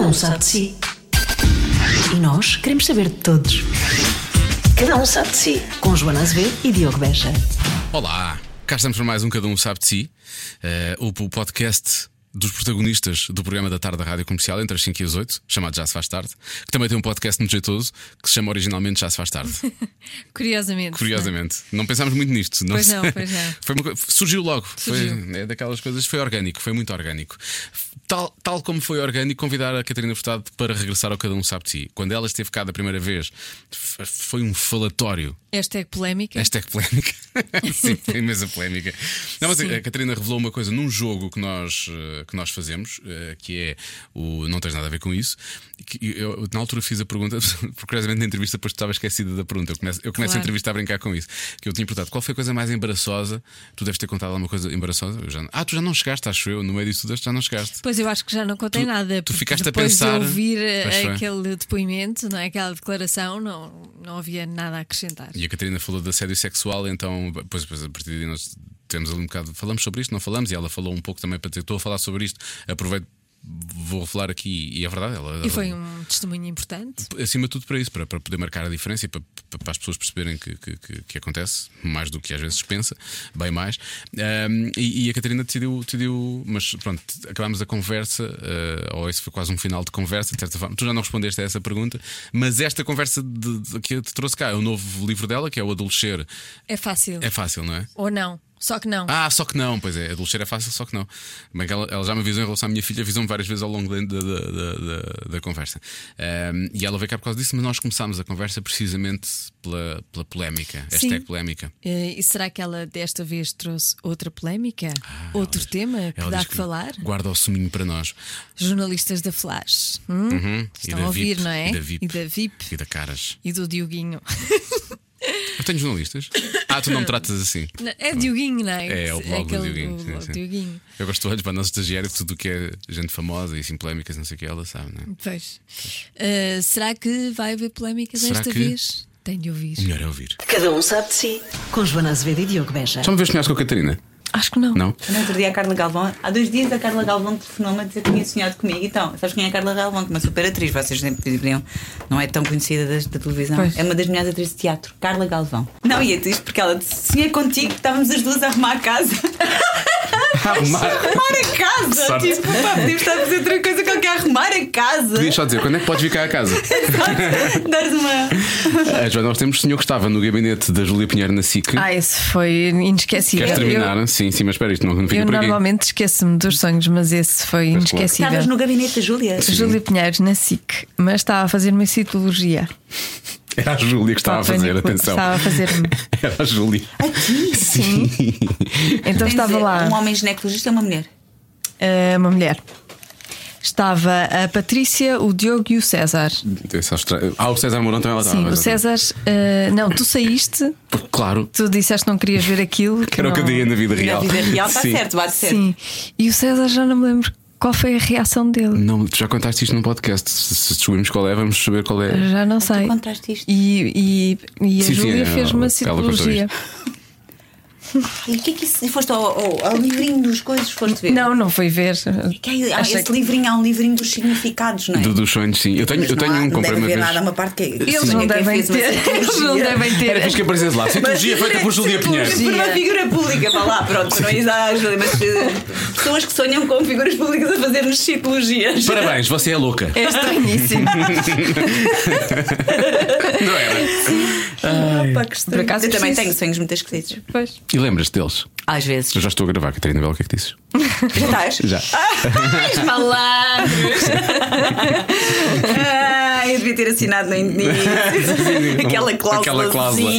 um sabe de si. E nós queremos saber de todos. Cada um sabe de si. Com Joana Azevedo e Diogo Beja. Olá, cá estamos para mais um Cada Um Sabe de Si, eh, o o podcast dos protagonistas do programa da tarde da Rádio Comercial, entre as 5 e as 8, chamado Já Se Faz Tarde, que também tem um podcast muito jeitoso, que se chama originalmente Já Se Faz Tarde, Curiosamente. é? curiosamente. Não pensámos muito nisto. Pois sei. não, pois não. Foi uma co- surgiu logo, Surgiu. Foi, é daquelas coisas, foi orgânico, foi muito orgânico. Tal, tal como foi orgânico convidar a Catarina Furtado para regressar ao Cada Um Sabe de Si. Quando ela esteve cá da primeira vez, f- foi um falatório Esta é polémica. Hashtag polémica. Sim, tem imensa polémica. Não, mas Sim. a Catarina revelou uma coisa num jogo que nós, eh, que nós fazemos, eh, que é o Não Tens Nada a Ver com Isso. que eu, na altura fiz a pergunta, porque curiosamente na entrevista depois estava esquecida da pergunta. Eu começo, eu começo a Claro. entrevista a brincar com isso. Que eu tinha perguntado qual foi a coisa mais embaraçosa. Tu deves ter contado alguma coisa embaraçosa. Eu já não- ah, tu já não chegaste, acho eu. No meio disso tudo, já não chegaste. Pois eu acho que já não contei Tu- nada. tu porque ficaste a depois pensar- De ouvir eh, Pois foi. aquele depoimento, não é? aquela declaração, não, não havia nada a acrescentar. E a Catarina falou de assédio sexual, então, pois, pois, a partir daí nós temos ali um bocado. Falamos sobre isto, não falamos, e ela falou um pouco também para dizer: estou a falar sobre isto, aproveito, vou falar aqui, e é verdade, ela. E foi um testemunho importante. Acima de tudo para isso, para, para poder marcar a diferença e para, para- para as pessoas perceberem que, que, que- que acontece, mais do que às vezes se pensa, bem mais. Ahm, e, e a Catarina decidiu, decidiu, mas pronto, acabámos a conversa, ah, ou isso foi quase um final de conversa, de certa forma. Tu já não respondeste a essa pergunta, mas esta conversa de- de- que eu te trouxe cá é o novo livro dela, que é o Adolescer. É fácil. É fácil, não é? Ou não. Só que não. Ah, só que não, pois é, adolescer é fácil, só que não. Bem que ela, ela já me avisou em relação à minha filha, avisou-me várias vezes ao longo da, da, da- da- da conversa. Ahm, e ela veio cá por causa disso, mas nós começámos a conversa precisamente pela, pela polémica. Sim. Hashtag polémica. Eh, E será que ela desta vez trouxe outra polémica? Outro diz- tema que Ah, Ela dá diz que falar? Guarda o suminho para nós. Jornalistas da Flash. Hum? Estão Uhum. da a ouvir, VIP, não é? E da VIP. E da VIP. E da caras. E do Dioguinho. Eu tenho jornalistas. Ah, tu não me tratas assim. Não, É Dioguinho, não é? É, é o blog do aquele Dioguinho, do sim, blog sim. Dioguinho. Eu gosto de olhos para o nosso estagiário, tudo o que é gente famosa e assim polémicas, não sei o que, ela sabe, não é? Pois. Ah, será que vai haver polémica Será desta que- vez? Tenho de ouvir. O melhor é ouvir. Cada um sabe de si. Com Joana Azevedo e Diogo Beja. Só me vês melhor com a Catarina? Acho que não. Não? No outro dia a Carla Galvão, há dois dias a Carla Galvão telefonou-me a dizer que tinha sonhado comigo. Então, sabes quem é a Carla Galvão? Que é uma super atriz, vocês sempre diriam, não é tão conhecida das- da, televisão. Pois. É uma das melhores atrizes de teatro, Carla Galvão. Não, e é isto porque ela disse, sonhei contigo, estávamos as duas a arrumar a casa. Arrumar. arrumar a casa! sorte. Tipo, pá, podíamos estar a fazer outra coisa que ele quer arrumar a casa. Podias só dizer, quando é que podes vir cá a casa? Dares uma. Ah, Joana, nós temos o senhor que estava no gabinete da Júlia Pinheiro na SIC. Ah, isso foi inesquecível. Queres terminar? Eu, Sim, sim, mas espera, isto não, não fica eu por aqui. normalmente esqueço-me dos sonhos, mas esse foi Pois, claro. inesquecível. Estavas no gabinete da Júlia. Júlia Pinheiros na SIC, mas estava a fazer-me citologia. Era a Júlia que estava a fazer, atenção. Estava a fazer-me. Era a Júlia. A ti. Sim. Então Tens estava de- lá. Um homem ginecologista é uma mulher. eh, uma mulher. Estava a Patrícia, o Diogo e o César. Esse Austra- Ah, o César Mourão também lá estava. Sim, o mas- César. eh, não, tu saíste, Claro, tu disseste que não querias ver aquilo. que era o que eu né? não- diria na vida real. Na vida real tá está Sim. certo, bate certo. Sim. E o César já não me lembro qual foi a reação dele. Não, tu já contaste isto num podcast. Se, se descobrimos qual é, vamos saber qual é. Já não sei. contaste isto. E, e, e a Sim, sim, Júlia ela- fez uma ela contou citologia. E o que é que isso? E foste ao, ao- ao livrinho dos coisas, foste ver? Não, não foi ver. Que é- há Achei esse que- livrinho há um livrinho dos significados, não é? Do, dos sonhos, sim. Eu tenho, Mas eu não tenho há- um, não comprei deve uma haver vez. nada, uma parte que é assim, Eles não Quem devem fez uma ter. Eles não citologia. devem Era fixe que ter. aparecesse lá. Citologia feita por Júlia Pinheiro. Sim. Por uma Sim. figura pública, vá lá, pronto, não é à ajuda, mas eh, pessoas que sonham com figuras públicas a fazer-nos citologias. Parabéns, você é louca. É estranhíssimo. Não é? era? Opa, que estranho. Por acaso Eu também preciso. tenho sonhos muito esquisitos. Pois. E lembras-te deles? Às vezes. Eu já estou a gravar, Catarina Bela, o que é que dizes? Já estás? Já. Ai, malandros! Ai, eu devia ter assinado no início. Aquela cláusula. Ah, Aquela cláusula.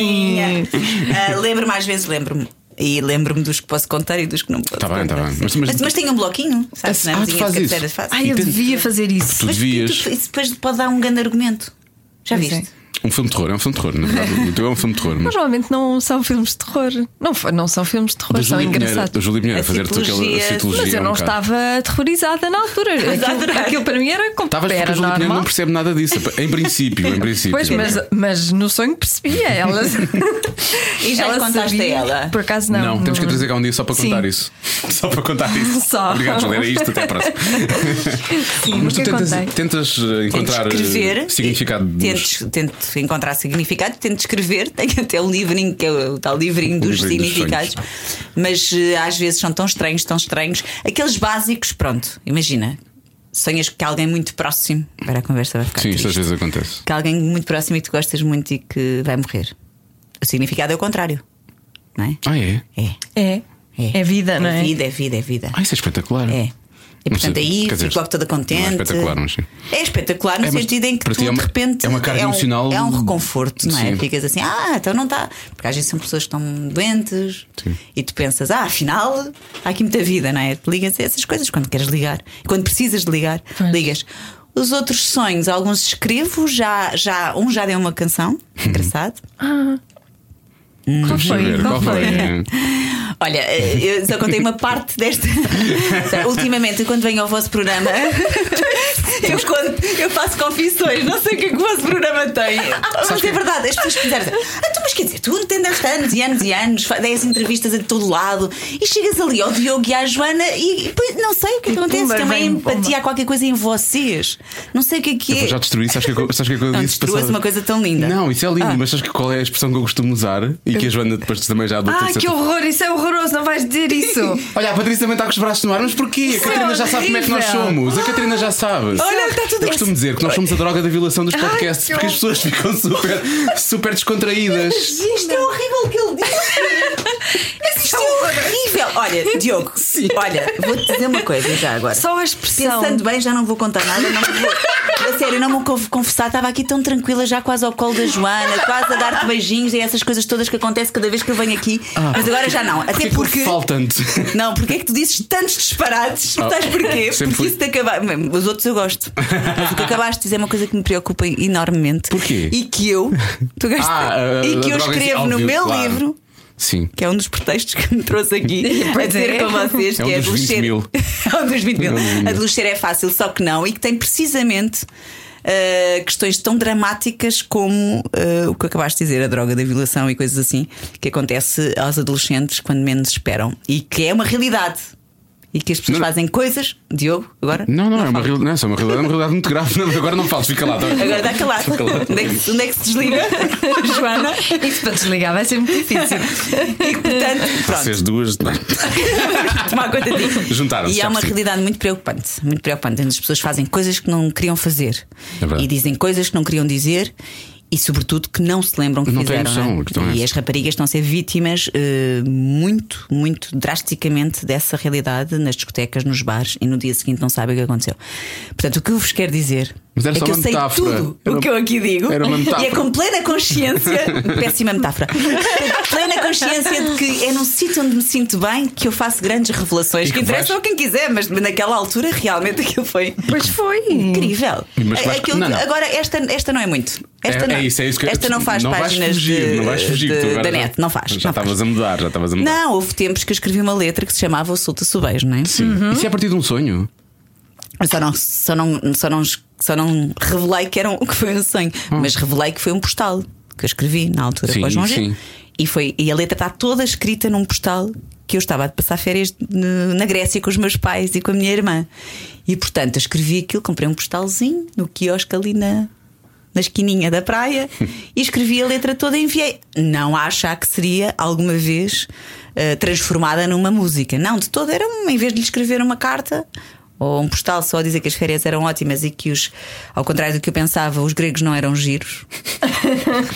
lembro-me, às vezes lembro-me. E lembro-me dos que posso contar e dos que não posso Tá bem, contar. tá bem. Mas- Mas, mas- mas, tem um bloquinho, sabes? Ah, na tu mesinha de fazes cabeceiras, isso? faz. Ai, eu devia fazer isso. Tu Mas devias. tu- isso depois pode dar um grande argumento. Já Pois viste? é. Um filme de terror, é um filme de terror, na verdade. O teu é um filme de terror. Mas Mas... normalmente não são filmes de terror. Não, foi- não são filmes de terror, são engraçados. da Júlia Pinheiro, A fazer tu aquela citologia- a citologia. Mas eu um não bocado. estava aterrorizada na altura. Aquilo, adorei. aquilo para mim era como Estavas porque era a um Júlia Pinheiro não normal. percebe nada disso. Em princípio, em princípio. Pois, mas, mas no sonho percebia ela. E já lhe contaste sabia. a ela? Por acaso não. Não, temos que a trazer cá um dia só para Sim. contar isso. Só para contar isso. Só. Obrigado, Júlia. Era isto, até à próxima. Sim, Mas tu nunca tentas, contei. tentas eh, Tento encontrar eh, escrever. significado dos- Tento, tento encontrar significado, tento escrever. Tenho até um livrinho, que é o tal livrinho O dos livrinho dos significados. Mas eh, às vezes são tão estranhos, tão estranhos. Aqueles básicos, pronto, imagina. Sonhas que alguém muito próximo. Agora a conversa vai ficar. Sim, isto às triste. vezes acontece. Que alguém muito próximo e que tu gostas muito e que vai morrer. O significado é o contrário. Não é? Ah, é? É. É. É vida, não é? É vida, é vida, é vida. Ah, isso é espetacular. É. E Não portanto sei, aí quer dizer, fico logo toda contente. não é espetacular, mas sim. É espetacular no É, mas sentido em que para tu ti é uma- de repente é uma carga um, emocional- É um reconforto, não é? Sim. Ficas assim, ah, então não está. Porque às vezes são pessoas que estão doentes Sim. e tu pensas, ah, afinal há aqui muita vida, não é? Te ligas a essas coisas quando queres ligar, quando precisas de ligar, Pois. ligas. Os outros sonhos, alguns escrevo, já, já, um já deu uma canção, Uhum. engraçado. Qual Deixa eu foi? ver, É. Qual foi? Olha, eh, eu só contei uma parte desta. Ultimamente, quando venho ao vosso programa, eu, conto- eu faço confissões, não sei o que é que o vosso programa tem. Ah, Mas é verdade, as pessoas quiseram. Ah, tu, mas quer dizer, tu tendas anos e anos e anos, fa- dez entrevistas a todo lado e chegas ali ao Diogo e à Joana e, e pois, não sei o que E acontece. pumba, tem uma vem, empatia, pumba. há qualquer coisa em vocês. Não sei o que é que Eu já é. destruí, sabes que, eu- sabes que é que eu Não, disse destruas passada? uma coisa tão linda. Ah. Não, isso é lindo, mas sabes que qual é a expressão que eu costumo usar e que a Joana depois também já adotou? Ah, Então, de certa que horror, isso é horroroso, não vais dizer isso. Olha, a Patrícia também está com os braços no ar, mas porquê? A é Catarina já sabe como é que nós horrível. somos. A Catarina já sabe. Olha, está tudo assim. Eu costumo dizer que nós somos a droga da violação dos podcasts, que porque as pessoas ficam super, super descontraídas. Isto é horrível o que ele disse. Isto é horrível. Olha, Diogo, olha, vou-te dizer uma coisa já agora. Só a expressão. Pensando bem, já não vou contar nada. Não vou, a sério, não me vou confessar. Estava aqui tão tranquila, já quase ao colo da Joana, quase a dar-te beijinhos e essas coisas todas que acontecem cada vez que eu venho aqui. Mas agora já não. Até Ah, Porquê que é porque. faltam-te? Não, porque é que tu dizes tantos disparates? Ah, Estás porquê? sempre Porque fui. isso te acabar. Os outros eu gosto. Mas o que acabaste de dizer é uma coisa que me preocupa enormemente. Porquê? E que eu. Tu gastas, Ah, a- e que a droga eu em si, escrevo no óbvio, meu claro. livro Sim. que é um dos pretextos que me trouxe aqui a Pois dizer é. com vocês, É um que é dos 20 mil. é um dos 20 É mil. um dos 20 mil. A de Luxer é fácil, só que não, e que tem precisamente. ah, questões tão dramáticas como ah, o que acabaste de dizer, a droga da violação e coisas assim, que acontece aos adolescentes quando menos esperam e que é uma realidade e que as pessoas Não, não. fazem coisas, Diogo, agora Não, não, é, uma real- não, essa é uma realidade, é uma realidade muito grave. Não, agora não fales, fica lá. tá? agora dá calado. Fica lá. Onde é que, onde é que se desliga, Joana? Isso para desligar vai ser muito difícil. E que, portanto, pronto. Vocês duas. tomar conta disso. Juntaram-se, E já há uma percebi. realidade muito preocupante, muito preocupante, onde as pessoas fazem coisas que não queriam fazer É verdade. e dizem coisas que não queriam dizer. E sobretudo que não se lembram que Não têm fizeram. noção, não é? a questão é E essa. as raparigas estão a ser vítimas eh, muito, muito drasticamente dessa realidade nas discotecas, nos bares e no dia seguinte não sabem o que aconteceu. Portanto, o que eu vos quero dizer Mas era é só que eu uma sei metáfora. tudo Era- o que eu aqui digo era uma e metáfora. é com plena consciência, péssima metáfora, plena consciência de que é num sítio onde me sinto bem que eu faço grandes revelações E que, que interessam vais- a quem quiser, mas naquela altura realmente aquilo foi Pois foi. incrível. Mas vais- Aquilo- não, não. Agora, esta, esta não é muito. Esta É- não, é isso, é isso que eu- esta não faz não vais páginas fugir, de- não vais fugir, que tu de- agora da já- net, não faz. já não faz. estavas a mudar, já estavas a mudar. Não, houve tempos que eu escrevi uma letra que se chamava O Solta Subejo, não é? Sim. Isso é a partir de um sonho. Eu Só não, só não, só não, só não revelei que, era um, que foi um sonho, mas revelei que foi um postal que eu escrevi na altura Oh. Sim, para o João Gil. sim. E, foi, e a letra está toda escrita num postal que eu estava a passar férias no- na Grécia com os meus pais e com a minha irmã. E portanto, eu escrevi aquilo, comprei um postalzinho no quiosque ali na, na esquininha da praia e escrevi a letra toda e enviei. Não a achar que seria alguma vez eh, transformada numa música. Não, de todo. Era um, em vez de lhe escrever uma carta ou um postal só a dizer que as férias eram ótimas e que os, ao contrário do que eu pensava, os gregos não eram giros.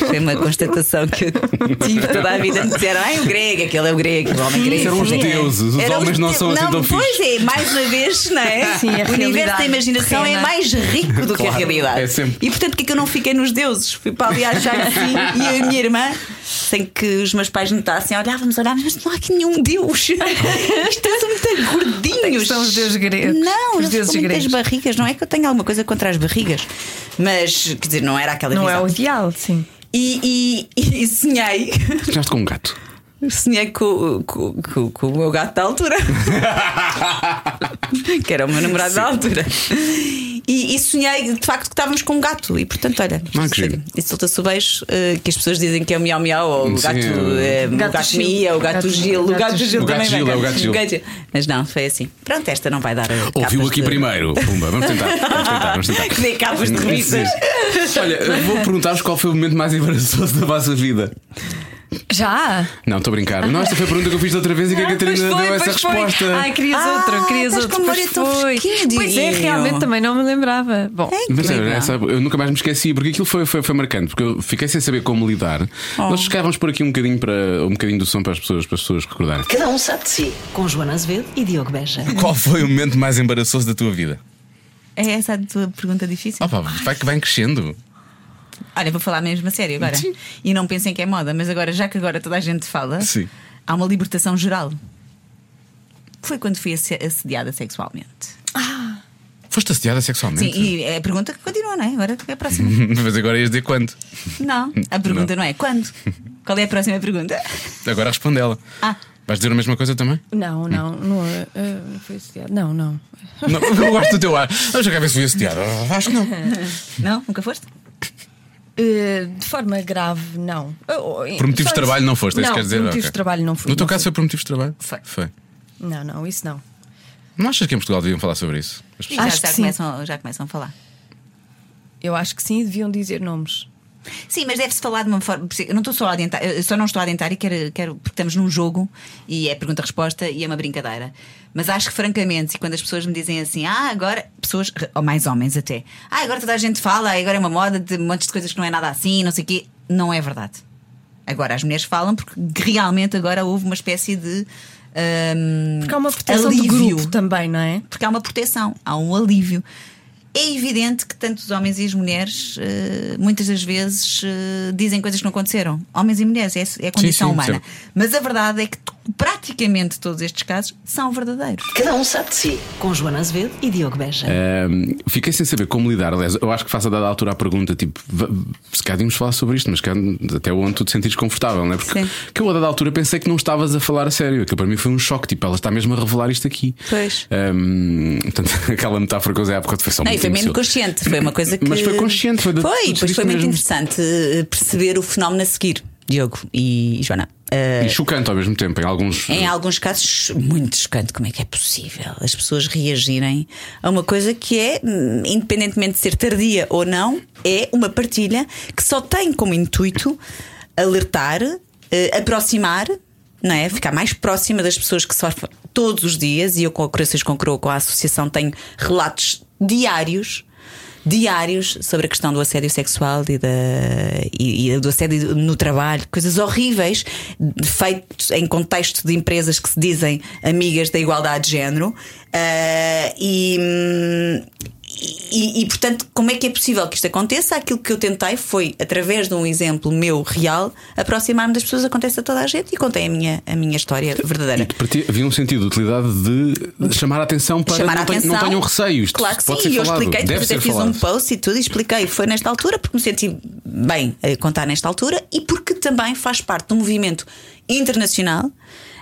Foi uma constatação que eu tive toda a vida. Me disseram, ah, o grego, aquele é o grego, o homem grego. Isso eram os É. deuses, os Eram homens não são assim tão Pois fixes. é, mais uma vez, não é? Sim, a o universo da realidade imaginação é terrena. mais rico do que a Claro, realidade. é sempre. E portanto, porque é que eu não fiquei nos deuses? Fui para ali achar que sim e a minha irmã sem que os meus pais notassem, olhávamos, olhávamos, mas não há aqui nenhum deus. Estão muito gordinhos. São os deuses gregos. Não, Os eles deuses são muitas gregos. barrigas. Não é que eu tenho alguma coisa contra as barrigas, mas quer dizer, não era aquela Não é visão. o ideal, sim. E, e, e sonhei, Sonhaste com um gato. sonhei com, com, com- com o meu gato da altura, que era o meu namorado da altura. E, e sonhei de facto que estávamos com um gato. E portanto, olha, Ah, que giro. e solta-se o beijo eh, que as pessoas dizem que é o miau miau, ou o Sim, gato, eh, o Gato gato Gil. mia, o gato Gato- Gil, o Gato gato Gil. Gil O gato também Gil, vai é o cá. gato Gil. Mas não, foi assim. Pronto, esta não vai dar. eh, Ouviu capas aqui de- primeiro. Pumba, vamos tentar. Vamos tentar, vamos tentar. Que nem capas de revistas. Olha, vou perguntar-vos qual foi o momento mais embaraçoso da vossa vida. Já? Ah, Não, estou a brincar. Não, esta foi a pergunta que eu fiz da outra vez e que a Catarina Pois foi, deu essa pois foi. resposta. Ai, querias Ah, outro, querias estás outro. com a Pois memória tão foi. fresquinha, Pois é, Diogo. realmente também não me lembrava. Bom, É. Mas era, Incrível. essa- eu nunca mais me esqueci, porque aquilo foi, foi, foi marcante, porque eu fiquei sem saber como lidar. Oh. Nós chegávamos por aqui um bocadinho para um bocadinho do som para as pessoas, para as pessoas recordarem. Cada um sabe de si. Com Joana Azevedo e Diogo Beja. Qual foi o momento mais embaraçoso da tua vida? É essa a tua pergunta difícil? Opa, vai que vai crescendo. Olha, vou falar mesmo a sério agora. E não pensem que é moda, mas agora, já que agora toda a gente fala, Sim. há uma libertação geral. Foi quando fui asse- assediada sexualmente. Foste assediada Sim, Então. sexualmente. e é a pergunta que continua, não é? Agora é a próxima. Mas agora ias dizer quando? Não, a pergunta não, é quando. Qual é a próxima pergunta? Agora responde ela. Ah. Vais dizer a mesma coisa também? Não, não, não, eh, eh, não foi associado. Não, não. Não, eu gosto do teu ar. Vamos já ver se fui assediada. Ah, Acho que não. Não? Nunca foste? Eh, de forma grave, não. Oh, oh, Por só motivos de trabalho isso- não foste, é não, isso que queres dizer? Por motivos Ok. de trabalho não fui. No teu não caso foi por motivos de trabalho? Foi. fui. Não, não, isso não. Não achas que em Portugal deviam falar sobre isso? As E já, Acho já que sim. começam, já começam a falar. Eu acho que sim, deviam dizer nomes. Sim, mas deve-se falar de uma forma. Eu não estou só a adiantar, eu só não estou a adiantar e quero, quero. Porque estamos num jogo e é pergunta-resposta e é uma brincadeira. Mas acho que, francamente, e quando as pessoas me dizem assim, ah, agora. Pessoas, ou mais homens até. Ah, agora toda a gente fala, ah, agora é uma moda de montes de coisas que não é nada assim, não sei o quê. Não é verdade. Agora as mulheres falam porque realmente agora houve uma espécie de. hum, Porque há uma proteção de alívio grupo também, não é? porque há uma proteção, há um alívio. É evidente que tanto os homens e as mulheres eh, muitas das vezes eh, dizem coisas que não aconteceram. Homens e mulheres, é, é a condição sim, humana. percebo. Mas a verdade é que t- praticamente todos estes casos são verdadeiros. Cada um sabe de si. Com Joana Azevedo e Diogo Beja. Um, fiquei sem saber como lidar. Aliás, eu acho que faço a dada altura a pergunta, tipo, va- se calhar devíamos falar sobre isto, mas se calhar até onde tu te sentires confortável, não é? Porque Sim. que eu a dada altura pensei que não estavas a falar a sério. Aquilo para mim foi um choque, tipo, ela está mesmo a revelar isto aqui. Pois. Um, portanto, aquela metáfora que eu usei há pouco foi só Não, muito e foi mesmo imbecil. consciente, foi uma coisa que. Mas foi consciente, foi da- tu Foi, pois decidiste foi muito mesmo. interessante eh, perceber o fenómeno a seguir, Diogo e Joana. Eh, E chocante ao mesmo tempo, em alguns. Em alguns casos, muito chocante. Como é que é possível as pessoas reagirem a uma coisa que é, hum, independentemente de ser tardia ou não, é uma partilha que só tem como intuito alertar, eh, aproximar. Não é? Ficar mais próxima das pessoas que sofrem todos os dias, e eu com a Corações com Croa, com a associação, tenho relatos diários diários sobre a questão do assédio sexual e, da, e, e do assédio no trabalho, coisas horríveis feitas em contexto de empresas que se dizem amigas da igualdade de género. Ah, e, hum, e, e, portanto, como é que é possível que isto aconteça? Aquilo que eu tentei foi, através de um exemplo meu real, aproximar-me das pessoas, acontece a toda a gente e contei a minha, a minha história verdadeira. E que para ti havia um sentido de utilidade de chamar a atenção para chamar não, a tenham- atenção. não tenham receio. Isto Claro que pode sim, ser e eu falado, expliquei, deve depois até ser fiz falado. um post e tudo, e expliquei. Foi nesta altura porque me senti bem a contar nesta altura e porque também faz parte de um movimento internacional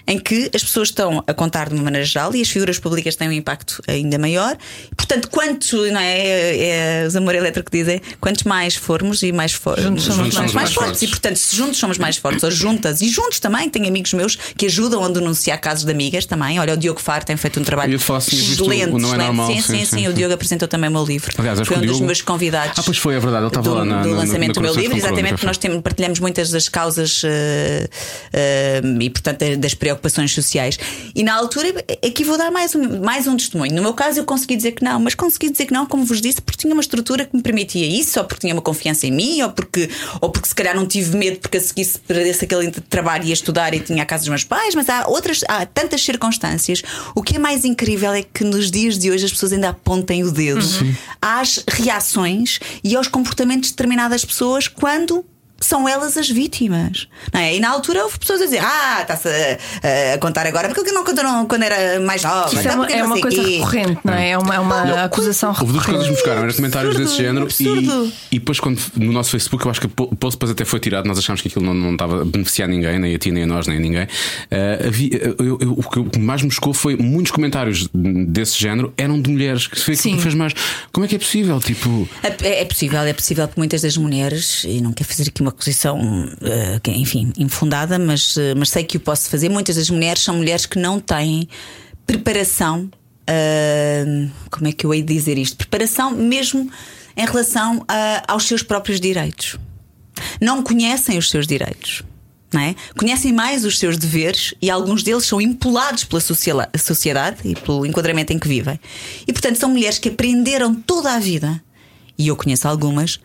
em que as pessoas estão a contar de uma maneira geral e as figuras públicas têm um impacto ainda maior. Portanto, quanto, não é? é os amor elétrico dizem, quanto mais formos e mais fortes. Juntos somos Juntos mais somos mais fortes. E, portanto, se juntos somos mais fortes, ou juntas, e juntos também, tenho amigos meus que ajudam a denunciar casos de amigas também. Olha, o Diogo Faro tem feito um trabalho Eu ia falar, sim, visto o- excelente, o Não é excelente. Normal, sim, sim, sim, sim, sim. O sim. Diogo apresentou também o meu livro. Aliás, acho foi um que o dos Diogo- meus convidados. Ah, pois foi, é verdade, ele estava do, lá na- do na- na- lançamento na do meu Corações com livro, Coroa, exatamente, nunca porque nós foi. temos, partilhamos muitas das causas eh, eh, e, portanto, das preocupações sociais. E na altura, aqui vou dar mais um, mais um testemunho. No meu caso, eu consegui dizer que não, mas consegui dizer que não, como vos disse, porque tinha uma estrutura que me permitia isso, ou porque tinha uma confiança em mim, ou porque, ou porque se calhar não tive medo porque a seguir se perdesse aquele trabalho e ia estudar e tinha a casa dos meus pais, mas há outras, há tantas circunstâncias. O que é mais incrível é que nos dias de hoje as pessoas ainda apontem o dedo às reações e aos comportamentos de determinadas pessoas quando são elas as vítimas. Não é? E na altura houve pessoas a dizer: Ah, está-se a, a contar agora, porque que não contaram quando era mais nova? Isso é Então, uma, porque é não uma sei coisa quê. recorrente, não é? É uma, é uma acusação Houve duas coisas que recorrente. me chocaram, eram comentários Absurdo, desse género absurdo. e, e depois quando no nosso Facebook, eu acho que o po- o post depois até foi tirado, nós achámos que aquilo não, não estava a beneficiar ninguém, nem a ti, nem a nós, nem a ninguém. Ah, havia- eu- eu- o que- o que mais me chocou foi muitos comentários desse género eram de mulheres, que foi aquilo Sim. que fez mais. Como é que é possível? Tipo, É, é possível, é possível que muitas das mulheres, e não quero fazer aqui uma acusação, eh, que, enfim, infundada, mas, eh, mas sei que o posso fazer. Muitas das mulheres são mulheres que não têm preparação. ah, como é que eu hei de dizer isto? Preparação mesmo em relação a- aos seus próprios direitos. Não conhecem os seus direitos. Não é? Conhecem mais os seus deveres e alguns deles são impulados pela sociala- sociedade e pelo enquadramento em que vivem. E portanto são mulheres que aprenderam toda a vida e eu conheço algumas,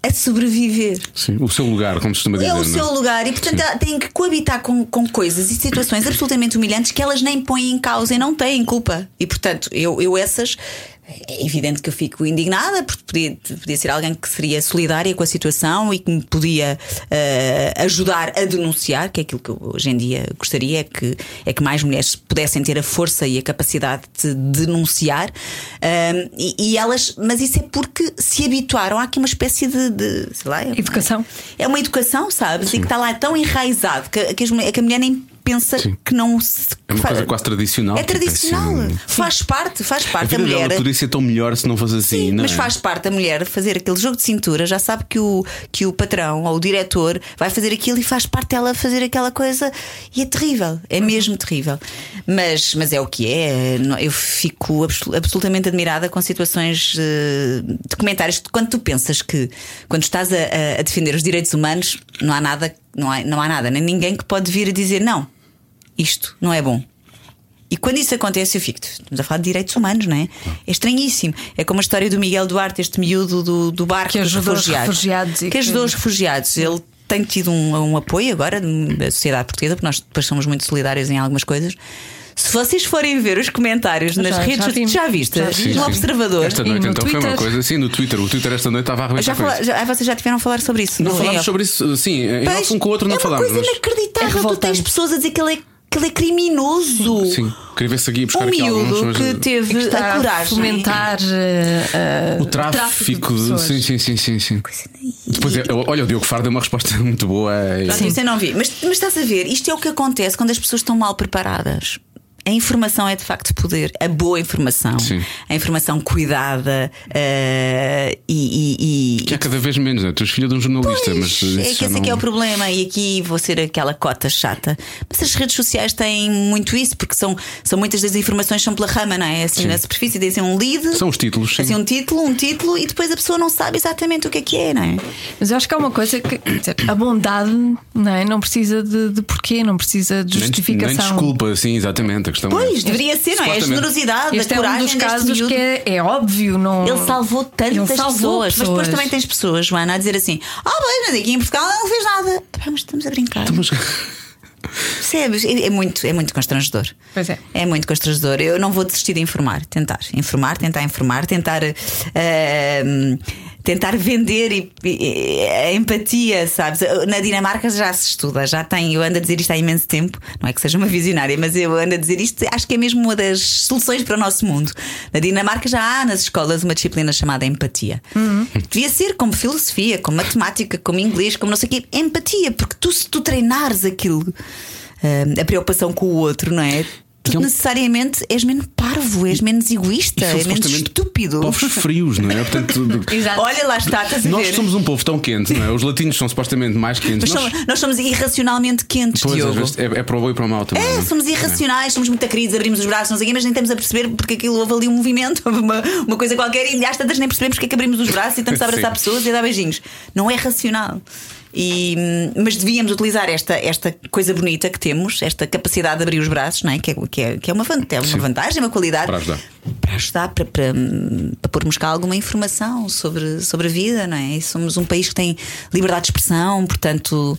a sobreviver. sim, o seu lugar, como se costuma dizer. É o não seu lugar e, portanto, ela- têm que coabitar com, com coisas e situações absolutamente humilhantes que elas nem põem em causa e não têm culpa. E, portanto, eu, eu essas. É evidente que eu fico indignada porque podia, podia ser alguém que seria solidária com a situação e que me podia eh, ajudar a denunciar, que é aquilo que eu hoje em dia gostaria, é que, é que mais mulheres pudessem ter a força e a capacidade de denunciar. Ahm, e, e elas, mas isso é porque se habituaram, há aqui uma espécie de, de sei lá, é- Educação. é uma educação, sabes? E que está lá tão enraizado que, que as mulher- que a mulher nem pensa Sim. que não se. É uma fa- coisa quase tradicional. É tipo, tradicional. assim, Faz parte, faz a parte. A, vida dela mulher. poderia ser tão melhor se não fosse assim, Sim, não mas é? faz parte da mulher fazer aquele jogo de cintura, já sabe que o, que o patrão ou o diretor vai fazer aquilo e faz parte dela fazer aquela coisa e é terrível, é Uhum. mesmo terrível. Mas, mas é o que é, não- eu fico absolu- absolutamente admirada com situações eh, de comentários. Quando tu pensas que, quando estás a, a- a defender os direitos humanos, não há nada, não há, não há nada, nem ninguém que pode vir a dizer não, isto não é bom. E quando isso acontece, eu fico. Estamos a falar de direitos humanos, não é? É estranhíssimo. É como a história do Miguel Duarte, este miúdo do, do barco Que dos ajudou os refugiados. refugiados e que, que- ajudou os refugiados. Ele tem tido um, um apoio agora de- da sociedade portuguesa, porque nós depois somos muito solidários em algumas coisas. Se vocês forem ver os comentários nas já redes, vi. já viste? Já vi, Sim, no sim. um Observador. Esta E noite no então foi uma Twitter. coisa assim, no Twitter. O Twitter esta noite estava a arrebentar Já com isso. fala- já- ah, vocês já tiveram a falar sobre isso. Não no falámos Rio. sobre isso, sim, em Pois, relação com o outro não é falámos. Uma coisa mas- É inacreditável. tu tens revoltante. pessoas a dizer que ele é, que ele é criminoso. Sim, queria ver se aqui ia buscar Um aqui alguns, miúdo mas eh, É que E que teve está a coragem. fomentar eh, eh, o tráfico. de pessoas. sim, sim, sim, sim, sim. Depois, é- olha, o Diogo Faro deu uma resposta muito boa. é, e- Pronto, Isso eu não vi. Mas, mas estás a ver, isto é o que acontece quando as pessoas estão mal preparadas. A informação é de facto poder, a boa informação, Sim. a informação cuidada eh, e- e- e Que há cada vez menos, né? tu és filha de um jornalista, mas. isso é que já esse não- aqui é o problema, e aqui vou ser aquela cota chata. Mas as redes sociais têm muito isso, porque são, são muitas das informações são pela rama, não é? Assim, Sim. na superfície dizem um lead. São os títulos, sim. Assim, um título, um título, e depois a pessoa não sabe exatamente o que é que é, não é? Mas eu acho que há uma coisa que quer dizer, a bondade não, é? não precisa de, de porquê, não precisa de Nem- Nem, justificação. desculpa, sim, exatamente. A questão é- Pois, deveria ser, não é? A Supostamente. generosidade, Este a é um coragem dos deste casos miúdo. que é, é óbvio, não. Ele salvou tantas Ele salvou pessoas, mas depois pessoas. também tens pessoas, Joana, a dizer assim: Ah, pois, mas aqui em Portugal ela não fez nada. Pá, mas estamos a brincar. Então, Mas- Percebes? É, é muito, é muito constrangedor. Pois é. É muito constrangedor. Eu não vou desistir de informar, tentar informar, tentar informar, tentar. eh, hum, Tentar vender e- e- a empatia, sabes? Na Dinamarca já se estuda, já tem. Eu ando a dizer isto há imenso tempo, não é que seja uma visionária, mas eu ando a dizer isto, acho que é mesmo uma das soluções para o nosso mundo. Na Dinamarca já há nas escolas uma disciplina chamada empatia. Devia ser como filosofia, como matemática, como inglês, como não sei o quê. Empatia, porque tu, se tu treinares aquilo hum, a preocupação com o outro, não é? Tu é um- necessariamente és menos parvo, és menos egoísta, e são és menos supostamente estúpido. Povos frios, não é? Portanto, Exato. Olha, lá está, estás a nós ver. somos um povo tão quente, não é? Os latinos são supostamente mais quentes. Mas Nós- somos, nós somos irracionalmente quentes, Pois, às Diogo. vezes é, é para o bom e para o mal também. não É, é? somos irracionais, somos muito queridos, abrimos os braços, não sei o quê, mas nem estamos a perceber porque aquilo houve ali um movimento, houve uma, uma coisa qualquer, e às tantas nem percebemos porque é que abrimos os braços e estamos a abraçar Sim. pessoas e a dar beijinhos. Não é racional. E, hum, mas devíamos utilizar esta, esta coisa bonita que temos, esta capacidade de abrir os braços, não é? Que, é, que, é, que é uma, van- é uma vantagem, uma qualidade Para ajudar. para ajudar, para, para, para pormos cá alguma informação sobre, sobre a vida, não é? E somos um país que tem liberdade de expressão, portanto.